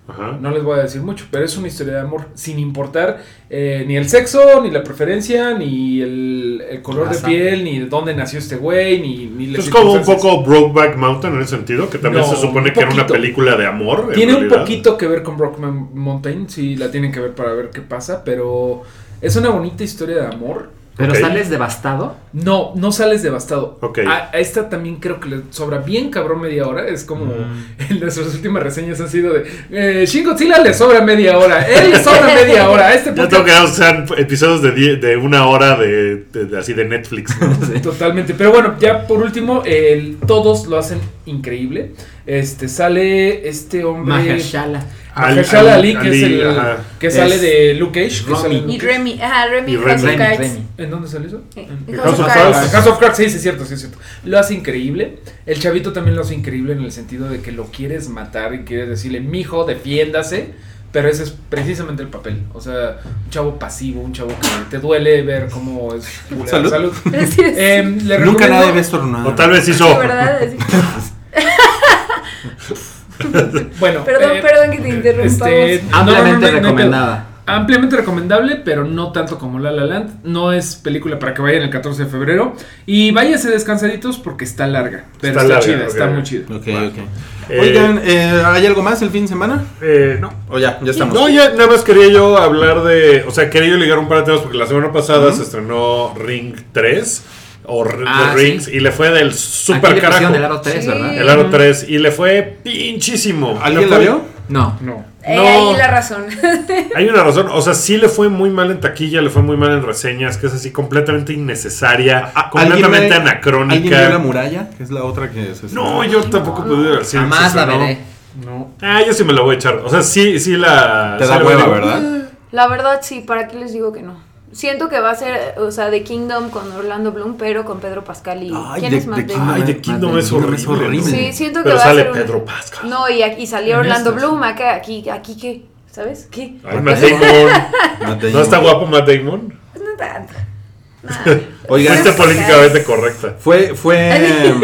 Ajá. No les voy a decir mucho, pero es una historia de amor sin importar eh, ni el sexo, ni la preferencia, ni el, el color de Raza. piel, ni de dónde nació este güey, ni, ni las Es como un circunstancias. poco Brokeback Mountain en ese sentido, que también No, se supone un que era una poquito. película de amor. en Tiene un realidad. poquito que ver con Brockman Mountain, sí, la tienen que ver para ver qué pasa, pero es una bonita historia de amor. Pero Ok. sales devastado. No, no sales devastado. Ok. A, a esta también creo que le sobra bien cabrón media hora. Es como Mm. en nuestras últimas reseñas han sido de eh, Shin Godzilla le sobra media hora. Él le sobra media hora. Este Ya podcast tengo que o sean episodios de, die- de una hora de, de- de- así de Netflix. ¿no? Totalmente. Pero bueno, ya por último, el- todos lo hacen increíble. Este sale este hombre. Mahershala. Al- Mahershala al- Ali, que es Ali, el- ajá. que sale Es de Luke Cage. que Romy. sale en Y Luke Cage. Remy. Ajá, Remy. Y House of Remy, Cards. Remy. ¿En dónde sale eso? Eh, House of Ah, Cards. House of Cards, sí, sí, es cierto, sí, es cierto. Lo hace increíble. El chavito también lo hace increíble en el sentido de que lo quieres matar y quieres decirle, mijo, defiéndase. Pero ese es precisamente el papel. O sea, un chavo pasivo, un chavo que te duele ver cómo es. Salud. Sí, sí. Em, le Nunca recomiendo- nadie ve Ah. estornudar. O tal vez De hizo. verdad, así. Bueno, eh, Perdón, perdón que te interrumpamos. no, Ampliamente no, no, no, no, recomendada. Ampliamente recomendable, pero no tanto como La La Land. No es película para que vayan el 14 de febrero. Y váyanse descansaditos porque está larga. Pero está, Está larga, chida, ok. está muy chida. Ok, ok. Eh, Oigan, eh, ¿hay algo más el fin de semana? Eh, no. O ya, ya estamos. No, ya nada más quería yo hablar de. O sea, quería yo ligar un par de temas porque la semana pasada se estrenó Ring 3 o R- Ah, The Rings sí. y le fue del Aquí super le pusieron carajo. el aro 3, Sí. ¿verdad? El aro 3 y le fue pinchísimo. Le ¿Alguien la fue- vio? No. No. Eh, No. Ahí la razón. Hay una razón, o sea, sí le fue muy mal en taquilla, le fue muy mal en reseñas, que es así completamente innecesaria, completamente ¿Alguien ve- ¿Alguien anacrónica. vio la muralla? Que es la otra que se no, yo tampoco pude ver. sí, Jamás sí, la no. veré. No. Ah, yo sí me la voy a echar. O sea, sí, sí la. Te sí da la voy a hueva, ver. ¿verdad? La verdad, sí, ¿para qué les digo que no? Siento que va a ser, o sea, The Kingdom con Orlando Bloom, pero con Pedro Pascal y. Ay, ¿Quién The- es más The de- Kingdom. Ay, The Kingdom es Kingdom horrible. es horrible. Sí, siento que Pero va sale a ser. un- Pedro Pascal. No, y aquí salió En Orlando estas. Bloom, acá, aquí, aquí, ¿qué? ¿Sabes? ¿Qué? Ay, Matt Damon. Matt ¿No Damon. está guapo Matt Damon? Pues no tanto. Oigan, Fuiste políticamente correcta. fue, fue, em,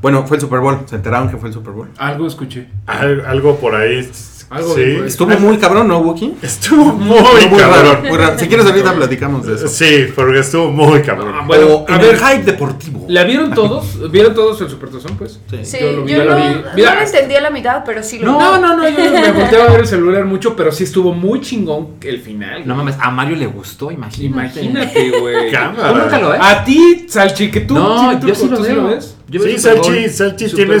bueno, fue el Super Bowl. Se enteraron que fue el Super Bowl. Algo escuché. Al- algo por ahí s- Algo Sí. de por ahí. Estuvo muy cabrón, ¿no, Wookie? Estuvo muy, muy raro, cabrón. muy raro. Si quieres ahorita platicamos de eso. Sí, porque estuvo muy Ah, cabrón. Bueno, O a en ver. el hype deportivo. ¿La vieron todos? ¿Vieron todos el Supertazón, pues? Sí, Yo yo, lo vi, yo lo no, vi. no Mira. lo entendí a la mitad, pero sí lo vi. No, no, no, yo me volteaba a ver el celular mucho, pero sí estuvo muy chingón el final. No mames, a Mario le gustó, imagínate. Imagínate, güey. Cámara. ¿Tú nunca lo ves? A ti, Salchi, que tú. no, sí, tú- yo sí tú lo veo. ves? Yo veo Sí, el Super Salchi, Bowl. Salchi Super tiene Bowl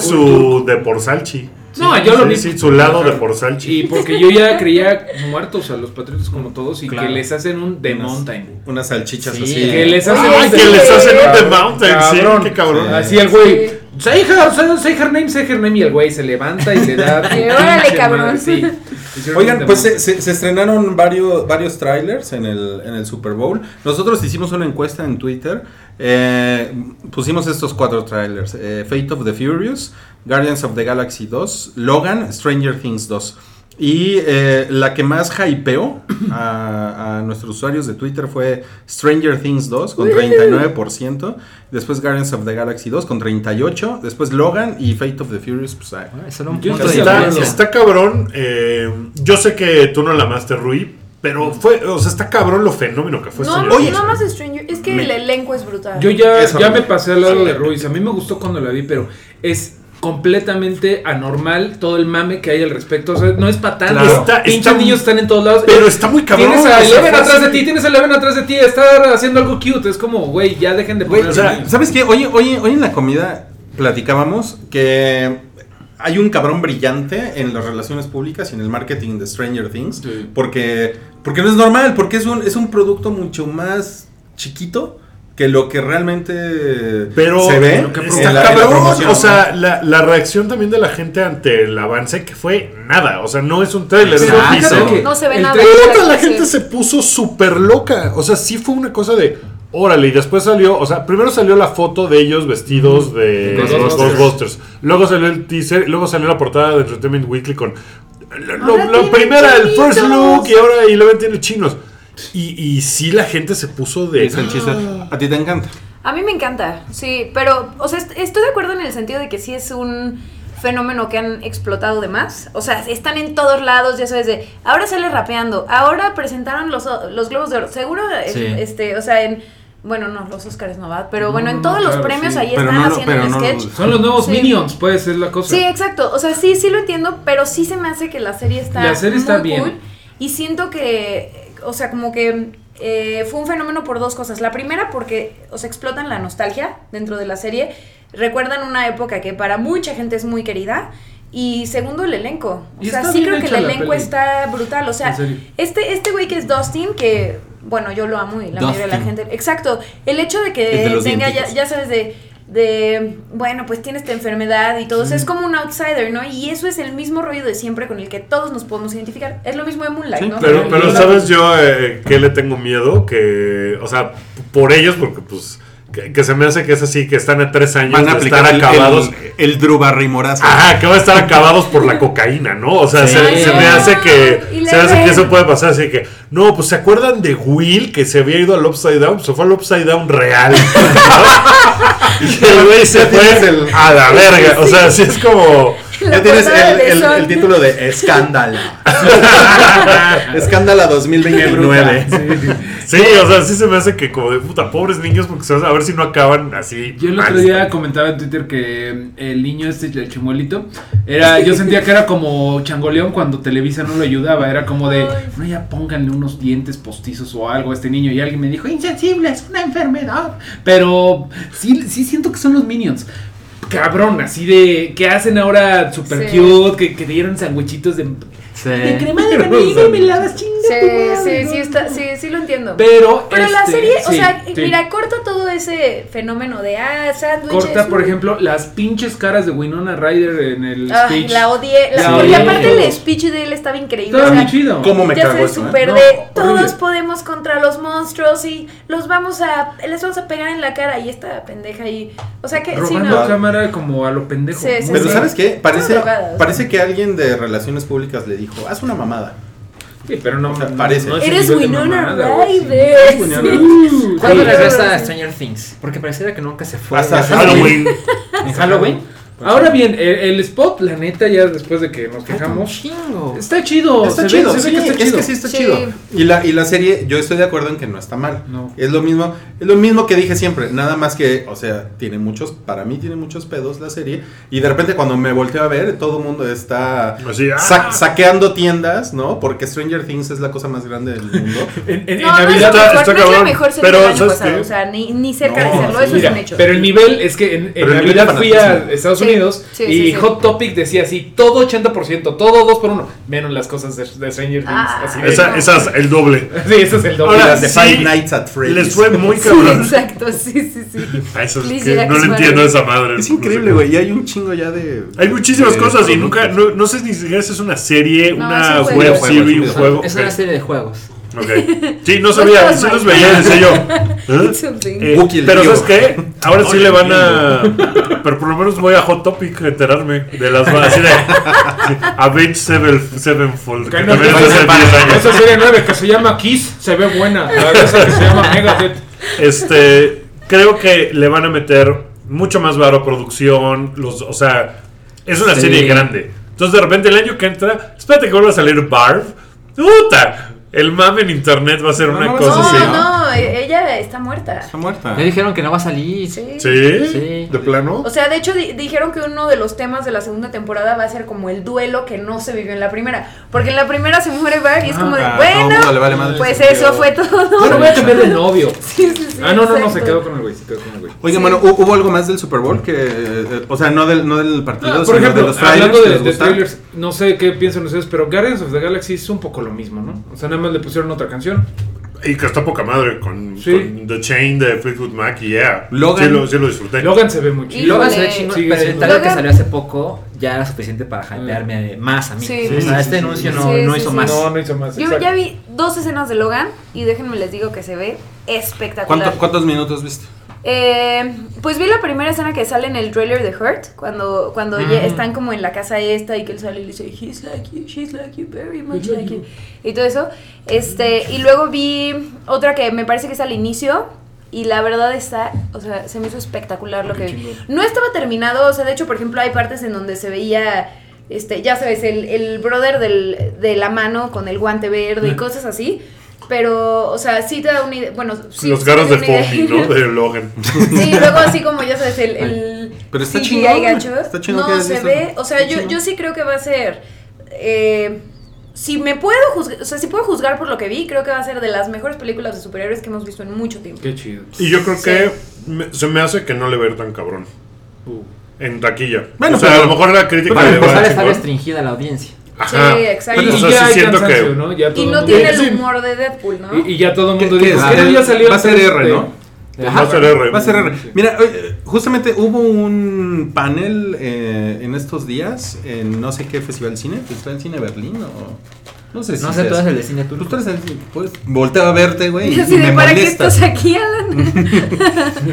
su de por Salchi. No, yo lo Sí, vi. sí, su lado de por Salchi. Y porque yo ya creía muertos a los patriotas como todos y Claro. que les hacen un The Unas- Mountain. Unas salchichas Sí. así. Que les hacen Eh, Ay, un que The- les hacen un The Cabrón. Mountain, sí, qué cabrón. Así el güey. Say her, say- say her name, say her name. Y el güey se levanta y le da. Sí, pinche órale, madre, cabrón. sí. Hicieron un Oigan, The pues Mountain. se, se- se estrenaron varios, varios trailers en el, en el Super Bowl. Nosotros hicimos una encuesta en Twitter. eh, pusimos estos cuatro trailers. eh, Fate of the Furious, Guardians of the Galaxy 2, Logan, Stranger Things 2. Y eh, la que más hypeó a, a nuestros usuarios de Twitter fue Stranger Things 2 con 39%, después Guardians of the Galaxy 2 con 38%, después Logan y Fate of the Furious pues, ah, Ah, Solo un Yo punto de estoy Está, acuerdo. diferencia. está cabrón. eh, yo sé que tú no la amaste, Rui, pero fue, o sea, está cabrón pues lo fenómeno que fue. este No, Stranger no, Things. no más Stranger. Es que Me- el elenco es brutal. Yo ya, Eso ya no. me pasé al lado de Ruiz. A mí me gustó cuando la vi, pero es completamente anormal todo el mame que hay al respecto. O sea, no es para tanto. Claro. Está- Pinches está- niños están en todos lados. Pero Eh, está muy cabrón. Tienes o a sea, Eleven fue atrás de así. ti, tienes a Eleven atrás de ti, está haciendo algo cute. Es como, güey, ya dejen de Güey, poner. o sea, ¿Sabes qué? Hoy, hoy, hoy en la comida platicábamos que hay un cabrón brillante en las relaciones públicas y en el marketing de Stranger Things. Sí. Porque, porque no es normal, porque es un, es un producto mucho más chiquito que lo que realmente Pero se ve. lo que en está la- en la cabrón. promoción, o sea, la, la reacción también de la gente ante el avance que fue nada. O sea, no es un trailer, es un Exacto. piso. Fíjate que- No se ve el nada. trailer- Puta, la Sí. gente se puso súper loca. O sea, sí fue una cosa de. Órale, y después salió, o sea, primero salió la foto de ellos vestidos de Ghostbusters. Ghostbusters. Luego salió el teaser, luego salió la portada de Entertainment Weekly con la- la- Ahora la tienen primera, el first chinitos. look, y ahora Eleven tiene chinos. Y, y sí la gente se puso de. "Ah, Es el chiste. A ti te encanta. A mí me encanta, sí, pero, o sea, est- estoy de acuerdo en el sentido de que sí es un fenómeno que han explotado de más. O sea, están en todos lados, ya sabes, de ahora sale rapeando, ahora presentaron los, o- los Globos de Oro. Seguro, eh, Sí. este, o sea, en. Bueno, no, los Oscars no va, pero bueno, No, en todos los claro, premios sí. ahí Pero están no lo- haciendo pero el no lo- sketch. Son los nuevos Sí. Minions, pues, es la cosa. Sí, exacto. O sea, sí, sí lo entiendo, pero sí se me hace que la serie está. La serie está muy bien. cool. y siento que. O sea, como que. eh, fue un fenómeno por dos cosas. La primera, porque os explotan la nostalgia dentro de la serie. Recuerdan una época que para mucha gente es muy querida. Y segundo, el elenco. O Y sea, está sí bien creo que el hecha la elenco peli. está brutal. O sea, En serio. este, este güey que es Dustin, que bueno, yo lo amo y la mayoría de la Dustin. gente. Exacto. El hecho de que El de los tenga, ya, dienticos. ya sabes, de, de, bueno, pues tiene esta enfermedad y todo. o sea, es como un outsider, ¿no? Y eso es el mismo rollo de siempre con el que todos nos podemos identificar. Es lo mismo de Moonlight, Sí, ¿no? Pero, Ajá, pero yo la- ¿sabes yo eh, que le tengo miedo? Que, o sea, por ellos, porque pues, que, que se me hace que es así, que están a tres años Van a de estar aplicar el, acabados. el, el Drew Barrymorazo. Ajá, que van a estar acabados por la cocaína, ¿no? O sea, Sí. se, se me hace que Y la se me hace que ven. eso puede pasar, así que no, pues se acuerdan de Will que se había ido al Upside Down, se fue al Upside Down real. ¿no? y el güey se Ya tienes fue el- a la verga, o sea, sí es como La Ya tienes portada el, de el- Sol. el título de Escándala. Escándala 2029. Sí, o sea, sí se me hace que como de puta, pobres niños, porque se van a ver si no acaban así. Yo el mal. otro día comentaba en Twitter que mm, el niño este, el chimuelito, era, yo sentía que era como Changoleón cuando Televisa no lo ayudaba, era como de, no, ya pónganle unos dientes postizos o algo a este niño, y alguien me dijo, insensible, es una enfermedad, pero sí, sí siento que son los minions. Cabrón, así de que hacen ahora super Sí. cute, que, que dieron sandwichitos de, eh, de Sí. crema de vainilla y meladas chingas. Sí, sí, sí, está, sí, sí lo entiendo. Pero, Pero, la este, serie, o sí, sea, sí. mira, corta todo ese fenómeno de, ah, sándwiches. Corta, por uy. ejemplo, las pinches caras de Winona Ryder en el Ay, speech. Ah, la odié. La- La porque odié. aparte el speech de él estaba increíble. Estaba o sea, muy chido. ¿Cómo me ya cago sabes, eso? eh? súper No, de horrible. todos podemos contra los monstruos y los vamos a les vamos a pegar en la cara y esta pendeja ahí. O sea que sí Robando no. cámara como a lo pendejo. Sí, sí, Muy Pero sí. ¿sabes qué? Parece, drogadas. parece que alguien de relaciones públicas le dijo, haz una mamada. Sí, pero no, O sea, no- parece. no es el Eres nivel de Winona mamada, güey. Ryder. Sí, Winona sí. Ryder. ¿Cuándo Sí. regresa Stranger Things? Porque pareciera que nunca se fue. Hasta Halloween. ¿En Halloween? Pues Ahora bien, el, el spot, la neta, ya después de que nos quejamos, Chingo. está Oh, chido. Está se ve- chido, se ve sí, que está es chido. que sí está Sí. chido. Y la, y la serie, yo estoy de acuerdo en que no está mal. No. Es lo mismo, es lo mismo que dije siempre, nada más que, o sea, tiene muchos, para mí tiene muchos pedos la serie. Y de repente cuando me volteo a ver, todo el mundo está Así, ¡ah! sa- saqueando tiendas, ¿no? Porque Stranger Things es la cosa más grande del mundo. En, en- en No, no es, Navidad- está- la mejor, está no es la cabrón, mejor serie pero del año ¿sabes pasado, qué? o sea, ni, ni cerca No, de serlo, eso Mira, es un hecho. Pero el nivel es que en, en Pero el nivel Navidad de fui a fanatismo. Estados Sí, Unidos sí, y sí, sí. Hot Topic decía así, todo 80%, todo 2 por 1 menos las cosas de, de Stranger Things. Ah. así de- Esa, esas, el doble. sí, ese es el doble. Y Ahora, las de sí, Five Nights at Freddy's. Les fue muy Sí, cabrón. exacto, sí, sí, sí. Ah, eso es Please, que yeah, no it's le my- entiendo a esa madre. Es increíble, güey. Y hay un chingo ya de. Hay muchísimas de cosas y productos. nunca, no, no sé ni siquiera si es una serie, No, una es un web juego. series, un Es un juego. Es una serie de juegos. Ok. Sí, no No sabía, estás sí mal. los veía, decía yo. ¿eh? It's something. Eh, Wookiee el pero tío. ¿sabes qué? Ahora No sí le le van a... Pero por lo menos voy a Hot Topic a enterarme de las... Así de... Avenged Seven, Sevenfold. Que Que no, también que es de hace no, 10 años. Esa serie nueva que se llama Kiss se ve buena. La de esa que se llama Megadeth. Este, creo que le van a meter mucho más varo a producción. Los, o sea, es una Sí. serie grande. Entonces, de repente, el año que entra, espérate que vuelva a salir Barf. ¡Puta! El mame en internet va a ser No, una no, cosa no, así. no, e- ella está muerta. Está muerta. Me dijeron que no va a salir. Sí. ¿Sí? Sí. ¿De plano? O sea, de hecho di- dijeron que uno de los temas de la segunda temporada va a ser como el duelo que no se vivió en la primera. Porque en la primera se muere Bart y es como de, Ah, todo el mundo le bueno, vale madre. pues Se murió. eso fue todo. Bueno, voy a cambiar de novio. Sí, sí, sí, Ah, no, no, no, se exacto. quedó con el güey, se quedó con el güey. Oiga, Sí. bueno, hu- hubo algo más del Super Bowl que. eh, o sea, no del, no del partido, Ah, por sino de ejemplo, los trailers. hablando que de, les de gustaron. trailers, no sé qué piensan ustedes, pero Guardians of the Galaxy es un poco lo mismo, ¿no? O sea, nada más le pusieron otra canción. Y que está poca madre con, Sí. con The Chain de Fleetwood Mac y yeah. Logan. Sí lo, sí lo disfruté. Logan se ve muy chido. Logan Híjole. se ve chingón, Sigue pero el siendo- trailer que Logan- salió hace poco ya era suficiente para hypearme más a mí. Sí, o sí, sea, sí, este sí, anuncio sí. no, Sí, no sí, hizo sí. más. No, no hizo más. Yo exacto. ya vi dos escenas de Logan y déjenme les digo que se ve espectacular. ¿Cuánto- ¿Cuántos minutos viste? Eh, pues vi la primera escena que sale en el trailer de Hurt, cuando, cuando ya están como en la casa esta y que él sale y le dice, he's like you, she's like you, very much like you, y todo eso. Este, y luego vi otra que me parece que es al inicio. Y la verdad está, o sea, se me hizo espectacular lo que vi. No estaba terminado, o sea, de hecho, por ejemplo, hay partes en donde se veía, este, ya sabes, el, el brother del, de la mano con el guante verde y cosas así. Pero, o sea, sí te da una idea. Bueno, sí, Los sí garras te de da una idea. Foamy, ¿no? De Logan. Sí, luego así como ya sabes, el, el Pero está CGI chingón, gacho. está chingón que no, hayas se visto. ve. O sea, Está yo, chingón. yo sí creo que va a ser. eh, si me puedo juzgar, o sea, si puedo juzgar por lo que vi, creo que va a ser de las mejores películas de superhéroes que hemos visto en mucho tiempo. Qué chido. Y yo creo que me- se me hace que no le va a ir tan cabrón. Uh. En taquilla. Bueno, o sea, pero- a lo mejor la crítica Para le va empezar pues está chingón. restringida la audiencia. Ajá. Sí, exacto. Pero, Y o sea, ya sí hay siento que. cansancio, ¿no? Ya todo Y el no mundo- tiene Sí. el humor de Deadpool, ¿no? Y, y ya todo el mundo ¿Qué- qué dice, es? "Es que no, ya salió este". Va a ser tres R, de- ¿no? Va a ser R. Va a ser R. Mira, oye, justamente hubo un panel eh, en estos días en no sé qué festival de cine, festival de cine de Berlín o no sé si No sé, sea tú eres así. el de cine Pues turco. tú eres el pues volteo a verte, güey, Y y, así me de, ¿para qué molestas. estás aquí, Alan?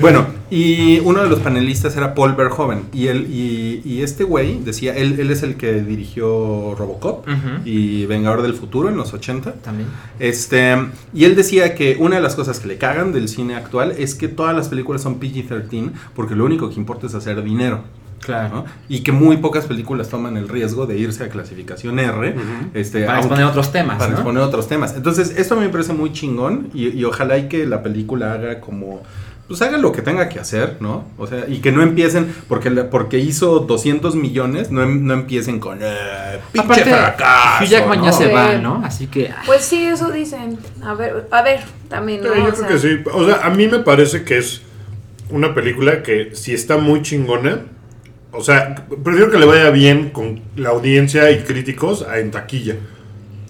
Bueno, y uno de los panelistas era Paul Verhoeven. Y, él, y, y este güey decía, él, él es el que dirigió Robocop Ujú. y Vengador del Futuro en los 80. También. Este, y él decía que una de las cosas que le cagan del cine actual es que todas las películas son PG-13 porque lo único que importa es hacer dinero. Claro. ¿no? Y que muy pocas películas toman el riesgo de irse a clasificación R. este, Para aunque- exponer otros temas. para ¿no? exponer otros temas. Entonces, esto a mí me parece muy chingón y, y ojalá y que la película haga como... Pues haga lo que tenga que hacer, ¿no? O sea, y que no empiecen, porque, la- porque hizo 200 millones, no, em- no empiecen con... eh, pinche Aparte, fracaso", Hugh Jackman ya ¿no? se Sí. va, ¿no? Así que. ah, Pues sí, eso dicen. A ver, a ver, también, ¿no? Pero yo O creo sea, que sí. O sea, a mí me parece que es una película que si está muy chingona, o sea, prefiero que le vaya bien con la audiencia y críticos a en taquilla.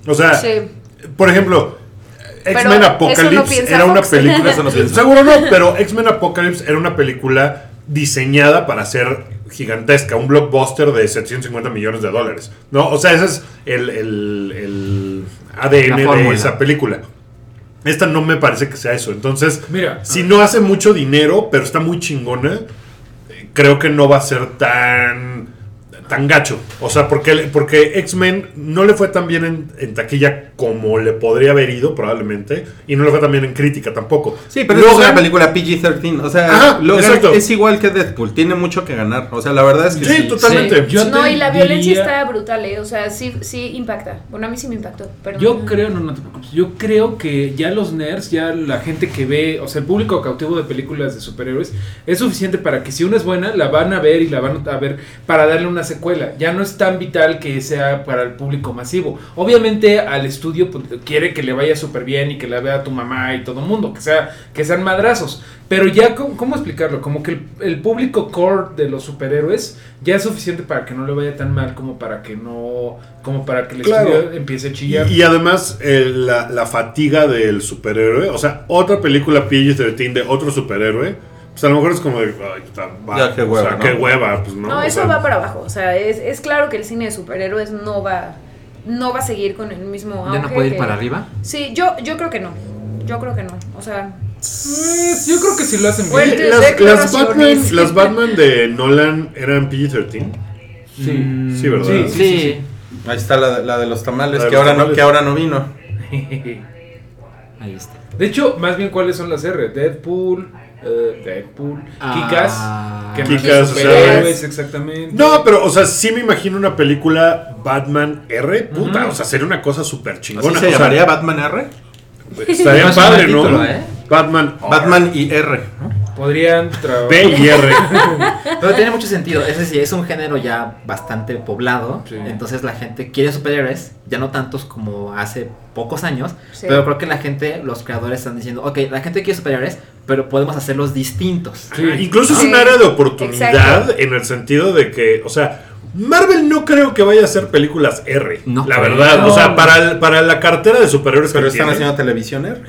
O sea, Sí. por ejemplo, Pero X-Men eso no Apocalypse piensa era una Fox. película. Eso no piensa. seguro no, pero X-Men Apocalypse era una película diseñada para ser gigantesca, un blockbuster de 750 millones de dólares. ¿No? O sea, ese es el, el- el La ADN de fórmula. esa película. Esta no me parece que sea eso. Entonces, Mira. si no hace mucho dinero, pero está muy chingona, eh, creo que no va a ser tan tan gacho. O sea, porque, porque X-Men no le fue tan bien en, en taquilla como le podría haber ido, probablemente. Y no le fue tan bien en crítica tampoco. Sí, pero Logan- es una película PG-13. O sea, Ajá, Logan exacto. es igual que Deadpool. Tiene mucho que ganar. O sea, la verdad es que. Sí, sí. totalmente. Sí, yo- No, y la diría- violencia está brutal, ¿eh? O sea, sí, sí impacta. Bueno, a mí sí me impactó, pero Yo creo, no, no te preocupes, yo creo que ya los nerds, ya la gente que ve, o sea, el público cautivo de películas de superhéroes, es suficiente para que si una es buena, la van a ver y la van a ver para darle una secuela. Ya no es tan vital que sea para el público masivo. Obviamente al estudio pues, quiere que le vaya súper bien y que la vea tu mamá y todo el mundo, que, sea, que sean madrazos. Pero ya, ¿cómo, cómo explicarlo? Como que el, el público core de los superhéroes ya es suficiente para que no le vaya tan mal como para que no... Como para que el Claro. estudio empiece a Y, chillar. y además eh, la, la fatiga del superhéroe. O sea, otra película PG-13 de otro superhéroe. Pues a lo mejor es como de. Ay, puta, va, Ya, qué o hueva, sea, ¿no? qué hueva. Pues, no, No, o eso sea, va para abajo. O sea, es, es claro que el cine de superhéroes no va, no va a seguir con el mismo ¿Ya no auge puede ir que- para arriba? Sí, yo, yo creo que no. Yo creo que no. O sea, Pues, yo creo que si lo hacen bien. Fuerte. Las, las Batman, declaraciones. las Batman de Nolan eran PG-13. Sí. Mm, sí, ¿verdad? Sí, Sí, sí, Ahí está la, la de los tamales, La de que, los ahora No, tamales. que ahora no vino. Ahí está. Mm. De hecho, más bien, ¿cuáles son las R? Deadpool, eh, Deadpool, Ah, Kikas, Kick-Ass, superhéroes, exactamente. No, pero, o sea, sí me imagino una película Batman R. Puta, Ujú. o sea, sería una cosa súper ¿Así chingona. se o sea, llamaría Batman R? estaría No es un padre, mal ¿no? título, ¿eh? Batman, Batman y R. Podrían trabajar. B y R. Pero tiene mucho sentido, es decir, es un género ya bastante poblado, Sí. entonces la gente quiere superhéroes, ya no tantos como hace pocos años, Sí. pero creo que la gente, los creadores están diciendo, ok, la gente quiere superhéroes, pero podemos hacerlos distintos. Sí. Incluso es Sí. un área de oportunidad Exacto. en el sentido de que, o sea, Marvel no creo que vaya a hacer películas R. No la creo. verdad, o sea, No. para, el- para la cartera de superhéroes que Pero están tiene, haciendo televisión R.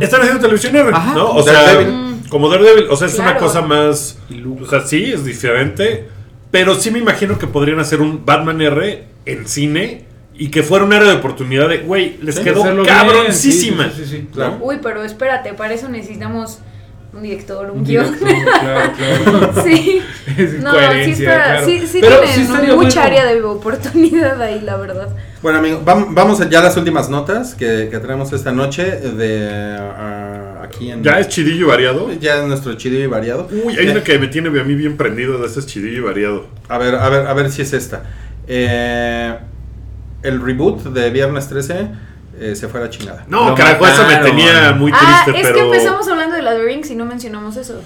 están haciendo televisión R, Ajá. ¿no? O sea, Daredevil. como Daredevil, o sea, es una Claro. cosa más, o sea, sí, es diferente, pero sí me imagino que podrían hacer un Batman R en cine y que fuera un área de oportunidad de, güey, les Sí, quedó hacerlo bien, cabroncísima. sí, sí, sí, sí, ¿no? claro. uy, pero espérate, para eso necesitamos un director, un Un guión. director, Claro, claro. Sí. Es No, sí, coherencia, está, claro. sí, sí Pero tienen sí estaría mucha bueno. área de oportunidad ahí, la verdad. Bueno, amigos, vam- vamos ya a las últimas notas que, que tenemos esta noche de ah, aquí en. Ya es chidillo y variado. ya es nuestro chido y variado. Uy, hay Ya- una que me tiene a mí bien prendido de ese chidillo y variado. A ver, a ver, a ver si es esta. Eh, el reboot de Viernes 13 eh, se fue a la chingada. No, Lo carajo, esa me mataron. tenía muy triste, ah, es que pero. empezamos hablando de la The Rings y no mencionamos eso. O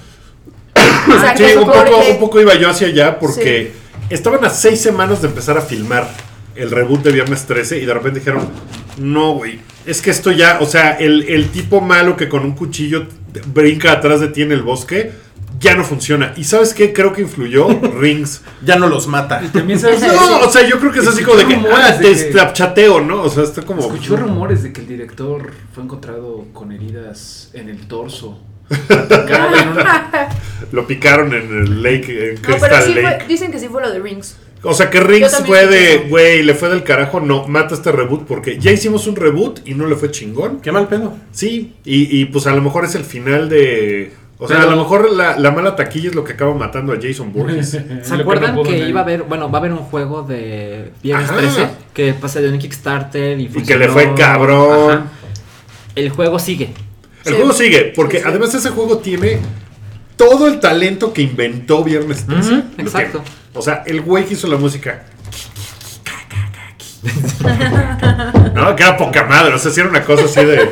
sea, Ah, Sí, que un poco, porque- un poco iba yo hacia allá porque estaban a seis semanas de empezar a filmar el reboot de Viernes 13 y de repente dijeron, no, güey, es que esto ya, o sea, el, el tipo malo que con un cuchillo te- brinca atrás de ti en el bosque, ya no funciona. ¿Y sabes qué? Creo que influyó Rings. Ya no los mata. También sabes No, o sea, yo creo que es así como de que, Escuché rumores ah, de te que- snapchateo, ¿no? O sea, está como... Escuchó rumores de que el director fue encontrado con heridas en el torso. atacado en una- Lo picaron en el lake, en No, Crystal pero sí Lake. fue, dicen que sí fue lo de Rings. O sea, que Yo Rings también fue escuché de, eso. güey, le fue del carajo, no, mata este reboot porque ya hicimos un reboot y no le fue chingón. Qué mal pedo. Sí, y, y, pues a lo mejor es el final de... O sea, Pero- a lo mejor la, la mala taquilla es lo que acaba matando a Jason Burgess. ¿Se Lo que acuerdan no que, pudo nadie. iba a haber, bueno, va a haber un juego de Viernes Ajá. 13 que salió en Kickstarter y, y que le funcionó? fue cabrón. Ajá. El juego sigue. El Sí. juego sigue, porque Sí, sí. además ese juego tiene todo el talento que inventó Viernes 13. Ujú, Lo exacto. tiene. O sea, el güey que hizo la música. no, que era poca madre. O sea, si era una cosa así de.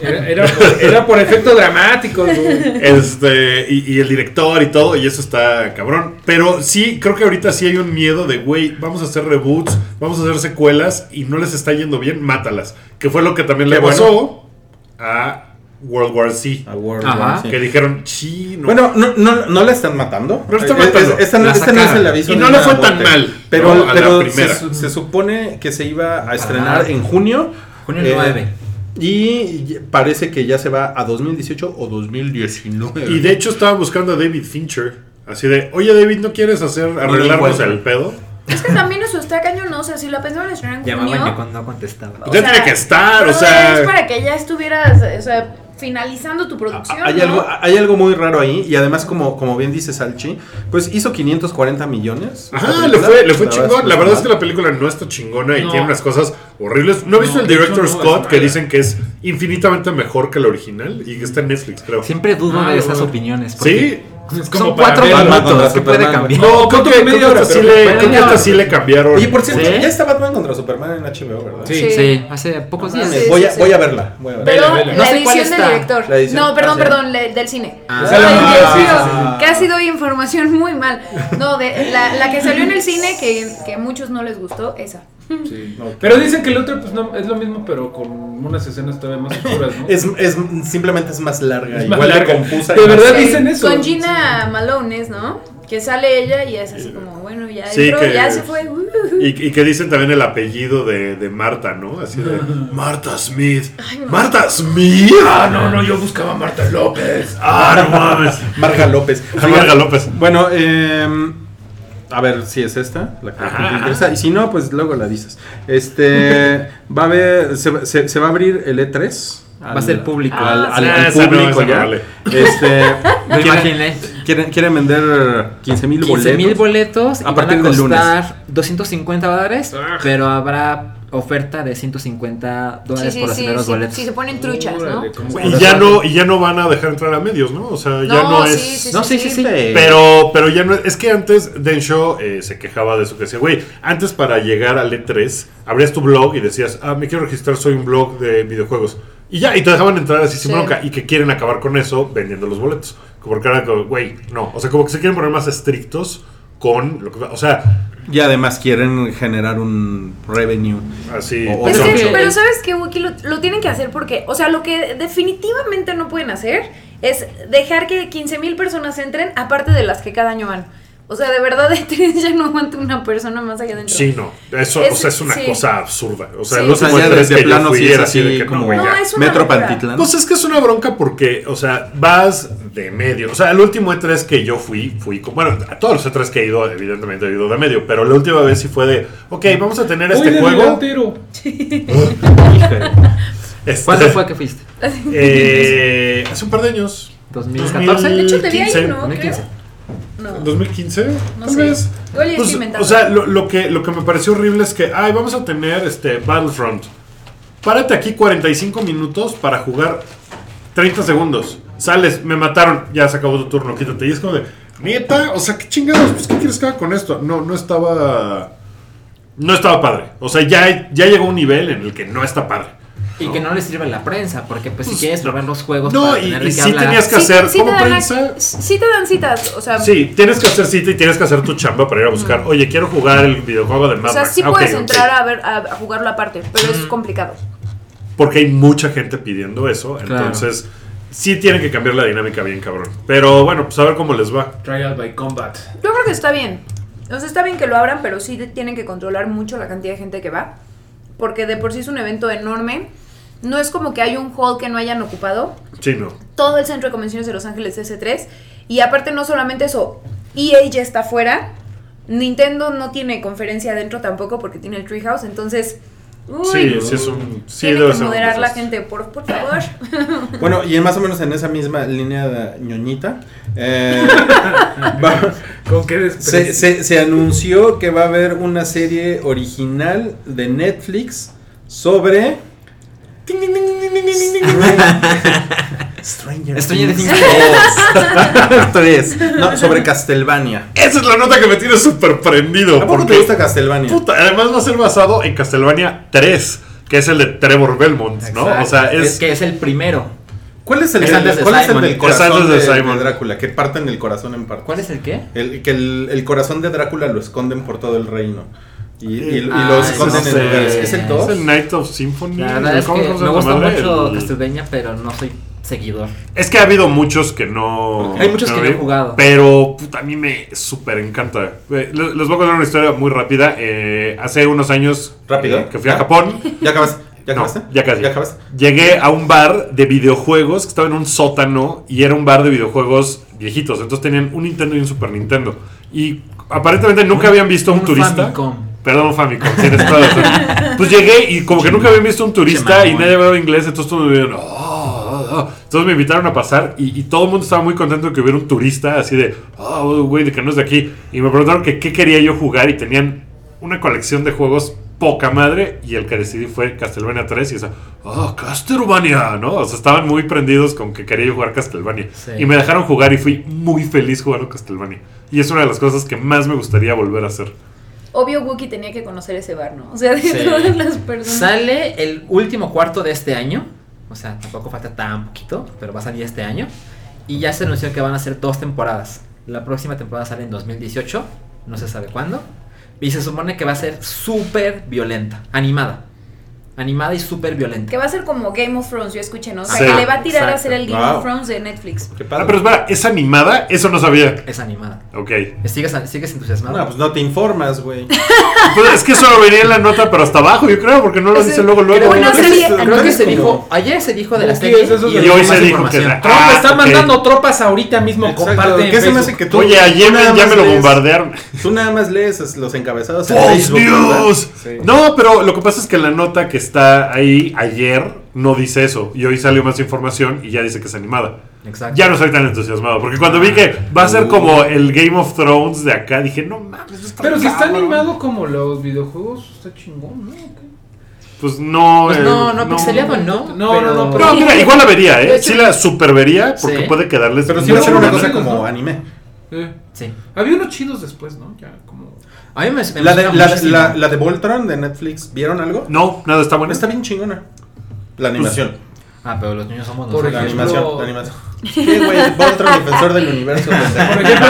Era, era por, era por efecto dramático. güey. Este, y, y el director y todo, y eso está cabrón. Pero sí, creo que ahorita sí hay un miedo de, güey, vamos a hacer reboots, vamos a hacer secuelas y no les está yendo bien, mátalas. Que fue lo que también le Qué bueno. pasó a World War Z. A World Ajá. War, Ah, sí. Que dijeron, chino. Bueno, no, no, no la están matando. No la están Eh, matando. es- esta no, La este no es sacaron. el aviso. Y de no le una fue tan bote. mal, Pero, ¿no? A la pero primera. se, su- se supone que se iba a estrenar en junio. Junio Eh, 9. Y ya- parece que ya se va a 2018 o 2019. Y de hecho estaba buscando a David Fincher. Así de, oye David, ¿no quieres hacer arreglarnos encuentro. el pedo? Es que también eso está cañón, ¿no? O sea, si la pensaban estrenar en Llamaban junio... cuando no contestaba. O ya sea, tiene que estar, o pero sea. Es para que ya estuvieras, o sea, finalizando tu producción. Ah, Hay ¿no? algo, hay algo muy raro ahí y además como, como bien dice Salchi, pues hizo 540 millones. Ajá, le fue, le fue La pues, chingón. La que verdad no. es que la película no está chingona y No. tiene unas cosas horribles. ¿No he visto No, el de hecho, director no, Scott es que mala. dicen que es infinitamente mejor que la original y que está en Netflix, creo? Siempre dudo Ah, de esas bueno. opiniones. Sí. porque Es Son como para cuatro verlo. Batman formatos contra que puede Superman, cambiar. No, creo que, creo que creo que media hora, esta sí le, pero- pero creo que media esta hora. sí le cambiaron. Oye, por cierto, ¿Sí? ya está Batman contra Superman en HBO, ¿verdad? Ah, Sí. Sí, hace pocos días. Sí, voy, a, sí, sí. voy a verla. Voy a verla. Pero Vela, vela. No la sé cuál edición del está. director. La edición. No, perdón, Ah, sí. perdón, la- del cine. Ah. Ay, Ah, Dios sí, mío, sí, sí. Casi doy información muy mal. No, de la, la que salió en el cine, que, que a muchos no les gustó, esa. Sí. Ok. Pero dicen que el otro pues, no, es lo mismo, pero con unas escenas todavía más oscuras, ¿no? Es, es- simplemente es más larga, Es más igual de larga. confusa. De y más- verdad Sí, dicen eso. Con Gina Malone, ¿no? Que sale ella y es así como, bueno, ya Sí, entró, que- ya se fue. uh, uh. Y, y que dicen también el apellido de, de Marta, ¿no? Así de Marta Smith. Marta Smith. Ah, no, no, yo buscaba a Marta López. Ah, no mames. Marga López. Ah, Marga López. Bueno, eh, a ver si es esta la que te interesa. Y si no, pues luego la dices. Este va a haber, se, se- se va a abrir el E3. Va a ser público. Al, al- Ah, al esa no, público esa no ya. vale. Este, Me quieren- imaginé. Quieren, quieren vender 15 mil 15 mil boletos. boletos y A partir van a del lunes. costar 250 dólares, Ah. pero habrá oferta de 150 Sí, dólares sí, por sí, hacer los sí, boletos. sí, se ponen truchas, ¿no? Órale, ¿cómo Y ya no, y ya no van a dejar entrar a medios, ¿no? O sea, ya no, No, es. sí, sí, No, sí, sí, sí. Eh, Pero, pero ya no es. Es que antes Densho eh, se quejaba de eso que decía, güey, antes para llegar al E3, abrías tu blog y decías, ah, me quiero registrar, soy un blog de videojuegos. Y ya, y te dejaban entrar así sin Sí. bronca. Y que quieren acabar con eso vendiendo los boletos. Porque ahora, como, güey, no. O sea, como que se quieren poner más estrictos con lo que. O sea, Y además quieren generar un revenue. así. O- Es Otro que- que- pero sabes que Wiki lo, lo tienen que hacer porque, o sea, lo que definitivamente no pueden hacer es dejar que 15 mil personas entren, aparte de las que cada año van. O sea, de verdad, E3 ya no aguanta una persona más allá adentro. Sí, no. Eso, Es- o sea, es una sí. cosa absurda. O sea, Sí. el O sea, último ya E3 desde que yo plano fui sí es era así de que, como güey, ya. No, es una Metro locura. Pantitlán. Pues es que es una bronca porque, o sea, vas de medio. O sea, el último E3 que yo fui, fui con. Bueno, a todos los E3 que he ido, evidentemente he ido de medio, pero la última vez sí fue de, ok, vamos a tener Voy este de juego. delantero. Este, ¿Cuándo fue que fuiste? eh, hace un par de años. 2014. De hecho, te vi ahí, 2015. ¿no? Creo. 2015. No. 2015, No tal sé. vez. Igual ya estoy Pues, inventando. o sea, lo, lo que, lo que me pareció horrible es que, ay, vamos a tener este Battlefront. Párate aquí 45 minutos para jugar 30 segundos. Sales, me mataron, ya se acabó tu turno, quítate. Y es como de, neta, o sea, qué chingados, pues, ¿qué quieres que haga con esto? No, no estaba. No estaba padre. O sea, ya, ya llegó un nivel en el que no está padre. Y que no le sirve a la prensa, porque pues si Pues, quieres probar los juegos no, para y- tenerle y que sí hablar. tenías que- hacer como dan prensa. ac- sí te dan citas, o sea, Sí, tienes que hacer cita y tienes que hacer tu chamba para ir a buscar. Oye, quiero jugar el videojuego de Mad o sea, Max. sí Ah, ok, puedes ok. Mm. entrar a ver a, a jugarlo aparte, pero es complicado. porque hay mucha gente pidiendo eso. Claro. Entonces, sí tienen que cambiar la dinámica bien, cabrón. Pero bueno, pues a ver cómo les va. Trial by Combat. Yo creo que está bien. O sea, está bien que lo abran, pero sí tienen que controlar mucho la cantidad de gente que va. Porque de por sí es un evento enorme. No es como que hay un hall que no hayan ocupado. Sí, no. Todo el centro de convenciones de Los Ángeles es S3. Y aparte, no solamente eso, EA ya está fuera. Nintendo no tiene conferencia adentro tampoco porque tiene el Treehouse. Entonces, uy, sí, sí es un. Sí, tiene debe que ser un moderar la desastre. gente, por, por favor. Bueno, y en más o menos en esa misma línea de ñoñita, eh, va- ¿Con qué se, desprecio? se- se anunció que va a haber una serie original de Netflix sobre... Stranger Stranger Things Things. dos. Tres. No, sobre Castlevania. Esa es la nota que me tiene súper prendido. ¿A poco te Porque, gusta Castlevania? puta, además va a ser basado en Castlevania 3, que es el de Trevor Belmont, ¿no? O sea, es. que es el primero. ¿Cuál es el, Es antes de cuál es el Simon. del Es corazón antes de de, de Simon. Drácula? Que parten el corazón en partes. ¿Cuál es el qué? El, que el, el corazón de Drácula lo esconden por todo el reino. Y, y- y Ah, lo eso esconden no en sé. lugares. ¿Es el ¿Es 2? el Night of Symphony? La verdad es ¿Cómo que se llama me esa gusta madre? mucho El- Castlevania, pero no soy seguidor. Es que ha habido muchos que no. Hay muchos que no he vi, jugado. Pero puta, a mí me súper encanta. Eh, Les les voy a contar una historia muy rápida. Eh, hace unos años. ¿Rápido? eh, que fui a ¿Ya? Japón. ¿Ya acabaste? ¿Ya No, acabaste? ya casi. ¿Ya acabaste? Llegué a un bar de videojuegos que estaba en un sótano y era un bar de videojuegos viejitos. Entonces tenían un Nintendo y un Super Nintendo. Y aparentemente nunca habían visto a un, un turista. Famicom. Perdón, Famicom. tienes toda la razón. Pues llegué y como que nunca habían visto a un turista y mamón. nadie hablaba inglés. Entonces todos me vieron. "Oh, oh, ah". Entonces me invitaron a pasar y, y todo el mundo estaba muy contento de que hubiera un turista así de, ah, güey, de que no es de aquí. Y me preguntaron que qué quería yo jugar y tenían una colección de juegos poca madre y el que decidí fue Castlevania 3 y esa, ah, Castlevania, ¿no? O sea, estaban muy prendidos con que quería yo jugar Castlevania. Sí. Y me dejaron jugar y fui muy feliz jugando Castlevania. Y es una de las cosas que más me gustaría volver a hacer. Obvio, Wookie tenía que conocer ese bar, ¿no? O sea, de Sí. todas las personas. Sale el último cuarto de este año. O sea, tampoco falta tan poquito, pero va a salir este año. Y ya se anunció que van a ser dos temporadas. La próxima temporada sale en 2018, no se sabe cuándo. Y se supone que va a ser súper violenta, animada. Animada y súper violenta. Que va a ser como Game of Thrones, yo escuché, ¿no? O sea, Sí. que le va a tirar a Exacto. hacer el Game Wow. of Thrones de Netflix. Qué padre. Ah, pero espera, ¿es animada? Eso no sabía. Es animada. Ok. ¿Sigues, sigues entusiasmado? No, pues no te informas, güey. Pues es que eso lo venía en la nota, pero hasta abajo, yo creo, porque no lo dice luego, luego. Creo, Una creo que, serie- se- creo que se como- dijo, ayer se dijo de la Sí, serie es eso y de- hoy y hoy hay se dijo más que información. era- Trump Ah, está ok. mandando tropas ahorita mismo. Exacto. Comparte. en ¿Qué se me Facebook. hace que tú? Oye, a tú Yemen nada ya más me lo lees- bombardearon. Tú nada más lees los encabezados en ¡Fox Facebook, ¿verdad? News! Sí. No, pero lo que pasa es que la nota que está ahí ayer no dice eso. Y hoy salió más información y ya dice que es animada. Exacto. Ya no soy tan entusiasmado, porque cuando vi que va a ser como el Game of Thrones de acá, dije, no mames, eso está Pero si está cabrón". animado como los videojuegos, está chingón, ¿no? ¿Qué? Pues no. Pues eh, no, no, pixeleado no. No, pero- no, no, No, mira, igual la vería, De ¿eh? hecho- Sí la super vería, porque Sí. puede quedarles. Pero sí muy va a ser una buena. cosa ¿no? como anime. Eh, Sí. Había unos chidos después, ¿no? Ya como. A mí me, me La de, emociona este la, muchísimo. la- la de Voltron de Netflix, ¿vieron algo? No, Pues, nada, está bueno. Está bien chingona. La animación. Ah, pero los niños somos Por nosotros. la ejemplo- animación, la animación. Sí, güey, Voltron, defensor del universo. Por ejemplo,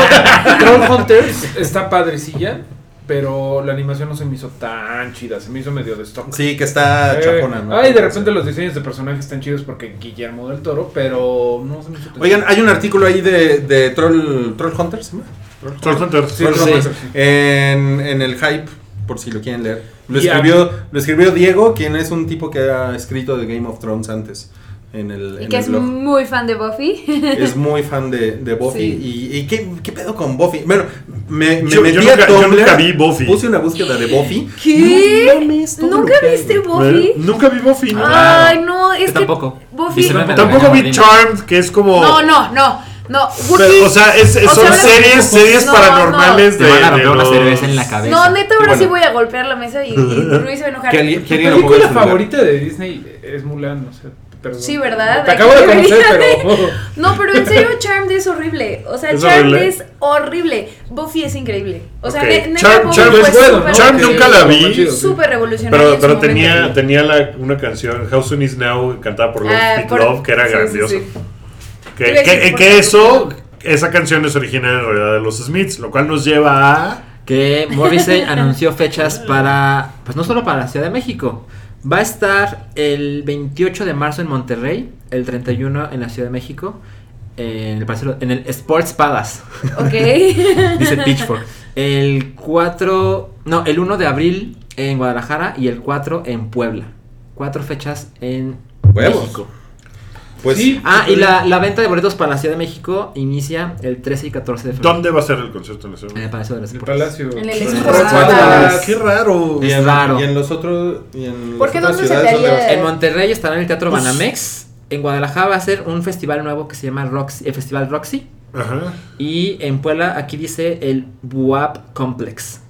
Troll Hunters está padrecilla, pero la animación no se me hizo tan chida, se me hizo medio de stock. Sí, que está Eh, chafona, ¿no? Ay, de repente los diseños de personajes están chidos porque Guillermo del Toro, pero no se me hizo tan Oigan, chido. hay un artículo ahí de, de Troll, Troll Hunter, ¿se llama? Troll Hunter. Troll Hunter. Sí, Troll sí. Hunter. En, en el hype, por si lo quieren leer. Lo Y a- escribió, lo escribió Diego, quien es un tipo que ha escrito de Game of Thrones antes. En el, Y en que el es blog. muy fan de Buffy. Es muy fan de, de Buffy. Sí. ¿Y, y qué, qué pedo con Buffy? Bueno, me, me Yo- yo metí a nunca- yo Tumblr, nunca vi Buffy. Puse una búsqueda de Buffy. ¿Qué? No mames, todo ¿Nunca lo que hay, viste güey. ¿Eh? Buffy? Nunca vi Buffy. ¿no? Ay, no, es Yo que tampoco. Buffy. Dice, "Veme". Tampoco vi Marina. Charmed, que es como. No, no, no, no. Buffy. Pero, o sea, es- es- O sea, ahora- son series, series No, paranormales Te de. van a de romper una los- cerveza en la cabeza. No, neta, ahora Bueno. sí voy a golpear la mesa y, y Luis se va a enojar. Que alguien- que Mi alguien lo ponga película en su lugar. favorita de Disney es Mulan, o sea, perdón. Sí, ¿verdad? Te acabo de conocer, Debería pero. No, pero en serio, Charmed es horrible. O sea, ¿Es Charmed horrible? es horrible. Buffy es increíble. O sea, Ok. ne- neta, Charm- Buffy Charm fue es bueno, súper- ¿no? Charm Que- nunca la vi. chido, sí. Súper revolucionaria. Pero, en su pero momento. tenía, tenía la- una canción, How Soon Is Now, cantada por Love, Ah, Pete por- Love, que era sí, sí, grandiosa. sí. Que, Iba a que- decir, que por favor. eso, esa canción es original en realidad de los Smiths, lo cual nos lleva a. Que Morrissey anunció fechas para, pues no solo para la Ciudad de México. Va a estar el 28 de marzo en Monterrey, el 31 en la Ciudad de México, en el, Palacio- en el Sports Palace, Ok. dice Pitchfork. El 4, no, el 1 de abril en Guadalajara y el 4 en Puebla. Cuatro fechas en Huevos. México. Pues Sí. Ah, y la, la venta de boletos para la Ciudad de México inicia el 13 y 14 de febrero. ¿Dónde va a ser el concierto en ese En el momento? Palacio de los Pues, El Deportes. Palacio. Pues, En el Sí. Sports Ah, Palace. ¡Qué raro! Y Es en- raro. Y en los otros. Y en ¿Por qué las dónde otras se ciudades, daría? ¿dónde va a ser? En Monterrey estará en el Teatro Banamex. En Guadalajara va a ser un festival nuevo que se llama Roxy, el Festival Roxy. Ajá. Y en Puebla, aquí dice el Buap Complex.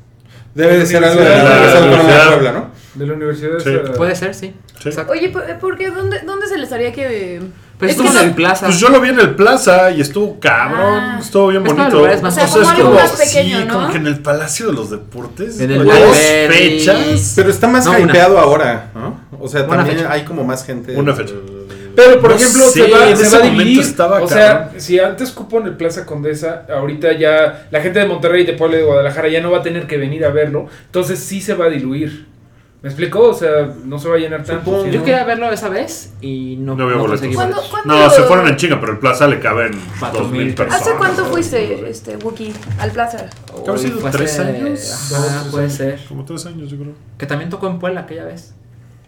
Debe de ser algo de la La- Universidad Autónoma de la- Puebla, ¿no? pues, De la Universidad Sí. esa- Puede ser, sí. Eh. Sí. Exacto. Oye, ¿por, por qué? ¿Dónde, ¿Dónde se les haría que.? Pero es estuvo que en no- el Plaza. Pues yo lo vi en el plaza y estuvo cabrón, Ah. estuvo bien Es para bonito. lugares más- O sea, como algo más sí, pequeño, ¿no? como que en el Palacio de los Deportes. En el dos Blackberry. fechas. Pero está más No, una. hypeado ahora, ¿no? O sea, Una también fecha. hay como más gente. Una fecha. Pero por No ejemplo, sé, se va, en se ese va a momento dividir. estaba o sea, cabrón. si antes cupo en el Plaza Condesa, ahorita ya la gente de Monterrey y de Puebla y de Guadalajara ya no va a tener que venir a verlo. Entonces sí se va a diluir. ¿Me explicó? O sea, no se va a llenar tanto. Supongo. sino- Yo quería verlo esa vez y no, No había boletos. conseguí ¿Cuándo, boletos. cuándo- No, se fueron en chinga, pero el plaza le caben Cuatro dos mil mil personas. ¿Hace cuánto ¿no? fuiste, este, Wookie, al plaza? Uy, ¿Qué habrá sido? fue hace- ¿Tres años? Ajá, Dos, puede tres ser. Como tres años, yo creo. Que también tocó en Puebla aquella vez.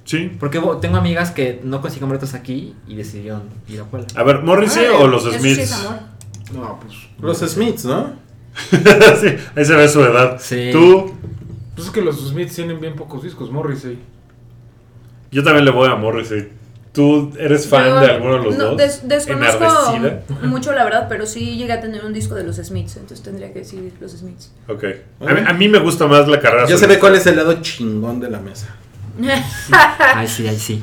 Sí. Porque bo- tengo amigas que no consiguieron boletos aquí y decidieron ir a Puebla. A ver, ¿Morrissey Madre, o los eso sí Smiths? es amor. No, pues. Los Smiths, ¿no? Sí, ahí se ve su edad. Sí. Tú, Pues es que los Smiths tienen bien pocos discos, Morrissey. yo también le voy a Morrissey. ¿Tú eres fan Yo de alguno de los no, dos? des- desconozco Enardecida. mucho la verdad, pero sí llegué a tener un disco de los Smiths, entonces tendría que decir los Smiths. Ok. A mí, a mí me gusta más la carrera Ya se ve solista. cuál es el lado chingón de la mesa. Ay, sí, ay, sí.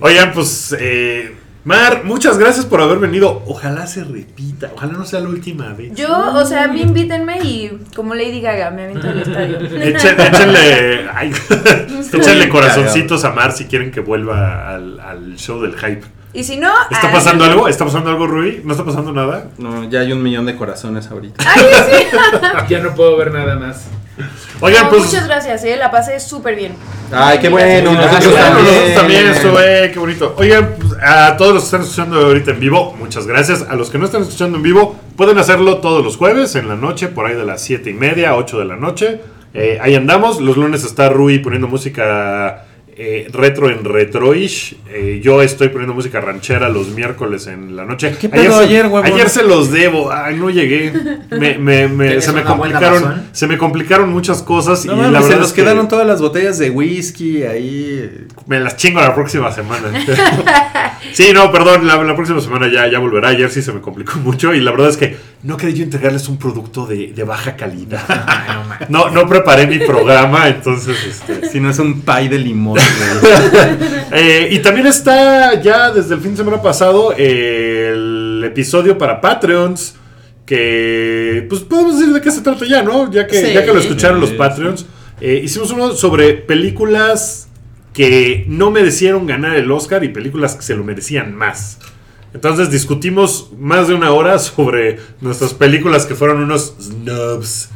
Oigan, pues. eh, Mar, muchas gracias por haber venido. Ojalá se repita. Ojalá no sea la última vez. Yo, o sea, a mí invítenme y como Lady Gaga me aviento al estadio. Echen- échenle, ay, échenle bien corazoncitos a Mar si quieren que vuelva al, al show del hype. Y si no... ¿Está ah, pasando algo? ¿Está pasando algo, Rui? ¿No está pasando nada? No, ya hay un millón de corazones ahorita. Ay, sí. Ya no puedo ver nada más. Oigan, No, pues. Muchas gracias, eh, la pasé súper bien. Ay, qué bueno. Gracias. nosotros Claro, también. nosotros también, eso, eh, qué bonito. Oigan, pues, a todos los que están escuchando ahorita en vivo, muchas gracias. A los que no están escuchando en vivo, pueden hacerlo todos los jueves en la noche, por ahí de las 7 y media, 8 de la noche. Eh, ahí andamos. Los lunes está Rui poniendo música eh, retro en retroish. Eh, yo estoy poniendo música ranchera los miércoles en la noche. ¿Qué pedo se- ayer, huevón? ayer se los debo. Ay, no llegué. Me- me- me- ¿Tenías se me una buena complicaron. razón? Se me complicaron muchas cosas No, y mames, la se verdad nos es que- quedaron todas las botellas de whisky ahí. me las chingo la próxima semana. sí, no, perdón, la, la próxima semana ya, ya volverá. Ayer sí se me complicó mucho y la verdad es que no quería yo entregarles un producto de, de baja calidad. Ay, no, man. No, no preparé mi programa, entonces este. Si no es un pie de limón, güey. Eh, y también está ya desde el fin de semana pasado eh, el episodio para Patreons. Que pues podemos decir de qué se trata ya, ¿no? Ya que, Sí. ya que lo escucharon los Sí. Patreons. Eh, hicimos uno sobre películas que no merecieron ganar el Oscar y películas que se lo merecían más. Entonces discutimos más de una hora sobre nuestras películas que fueron unos snubs.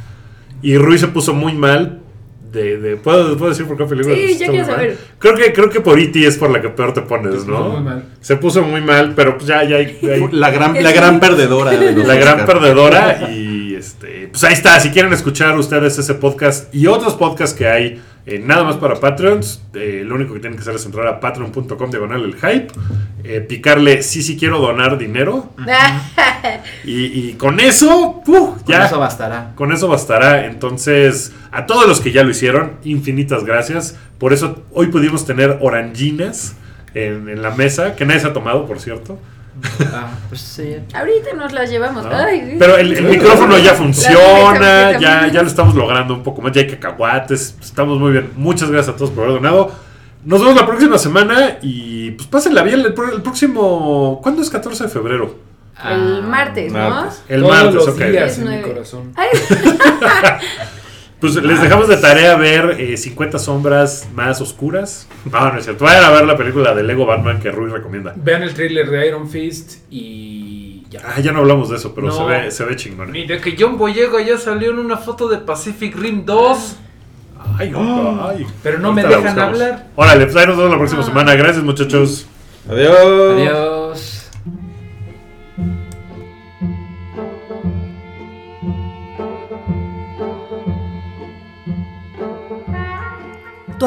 Y Ruiz se puso muy mal. De, de- ¿puedo, puedo decir por qué película? Sí, se yo quiero puso muy mal? saber. Creo que, creo que por E.T. es por la que peor te pones, Pues ¿no? puso muy mal. Se puso muy mal, pero pues ya, ya, hay- ya hay- La gran, la gran perdedora. de los la gran Oscar. perdedora. Y este, pues ahí está. Si quieren escuchar ustedes ese podcast y otros podcasts que hay eh, nada más para Patreons, eh, lo único que tienen que hacer es entrar a patreon.com diagonal el hype, eh, picarle sí, sí quiero donar dinero. y, y con eso, ¡puf! Con ya. eso bastará. Con eso bastará. Entonces, a todos los que ya lo hicieron, infinitas gracias. Por eso hoy pudimos tener oranginas en, en la mesa, que nadie se ha tomado, por cierto. Ah, pues sí. Ahorita nos las llevamos. ¿no? Ay, sí. Pero el, el micrófono ya La funciona, mesa, ya, vitamina. ya lo estamos logrando un poco más, ya hay cacahuates, estamos muy bien. Muchas gracias a todos por haber donado. Nos vemos la próxima semana y pues pásenla bien el, pro- el próximo... ¿Cuándo es 14 de febrero? Ah, El martes, ¿no? Martes. El Todos martes, los ok. días en mi Nueve. corazón. Ay, Pues les dejamos de tarea ver eh, 50 sombras más oscuras. Ah, No, no es cierto. Vayan a ver la película de Lego Batman que Rui recomienda. Vean el tráiler de Iron Fist y ya. Ah, ya no hablamos de eso, pero No. se ve, se ve chingón. Mira que John Boyega ya salió en una foto de Pacific Rim 2. Ay, no, ay. Ah. Pero no Ahorita me la dejan buscamos. hablar. Ah. Órale, pues ahí nos vemos la próxima semana. Gracias, muchachos. Adiós. Adiós. Tu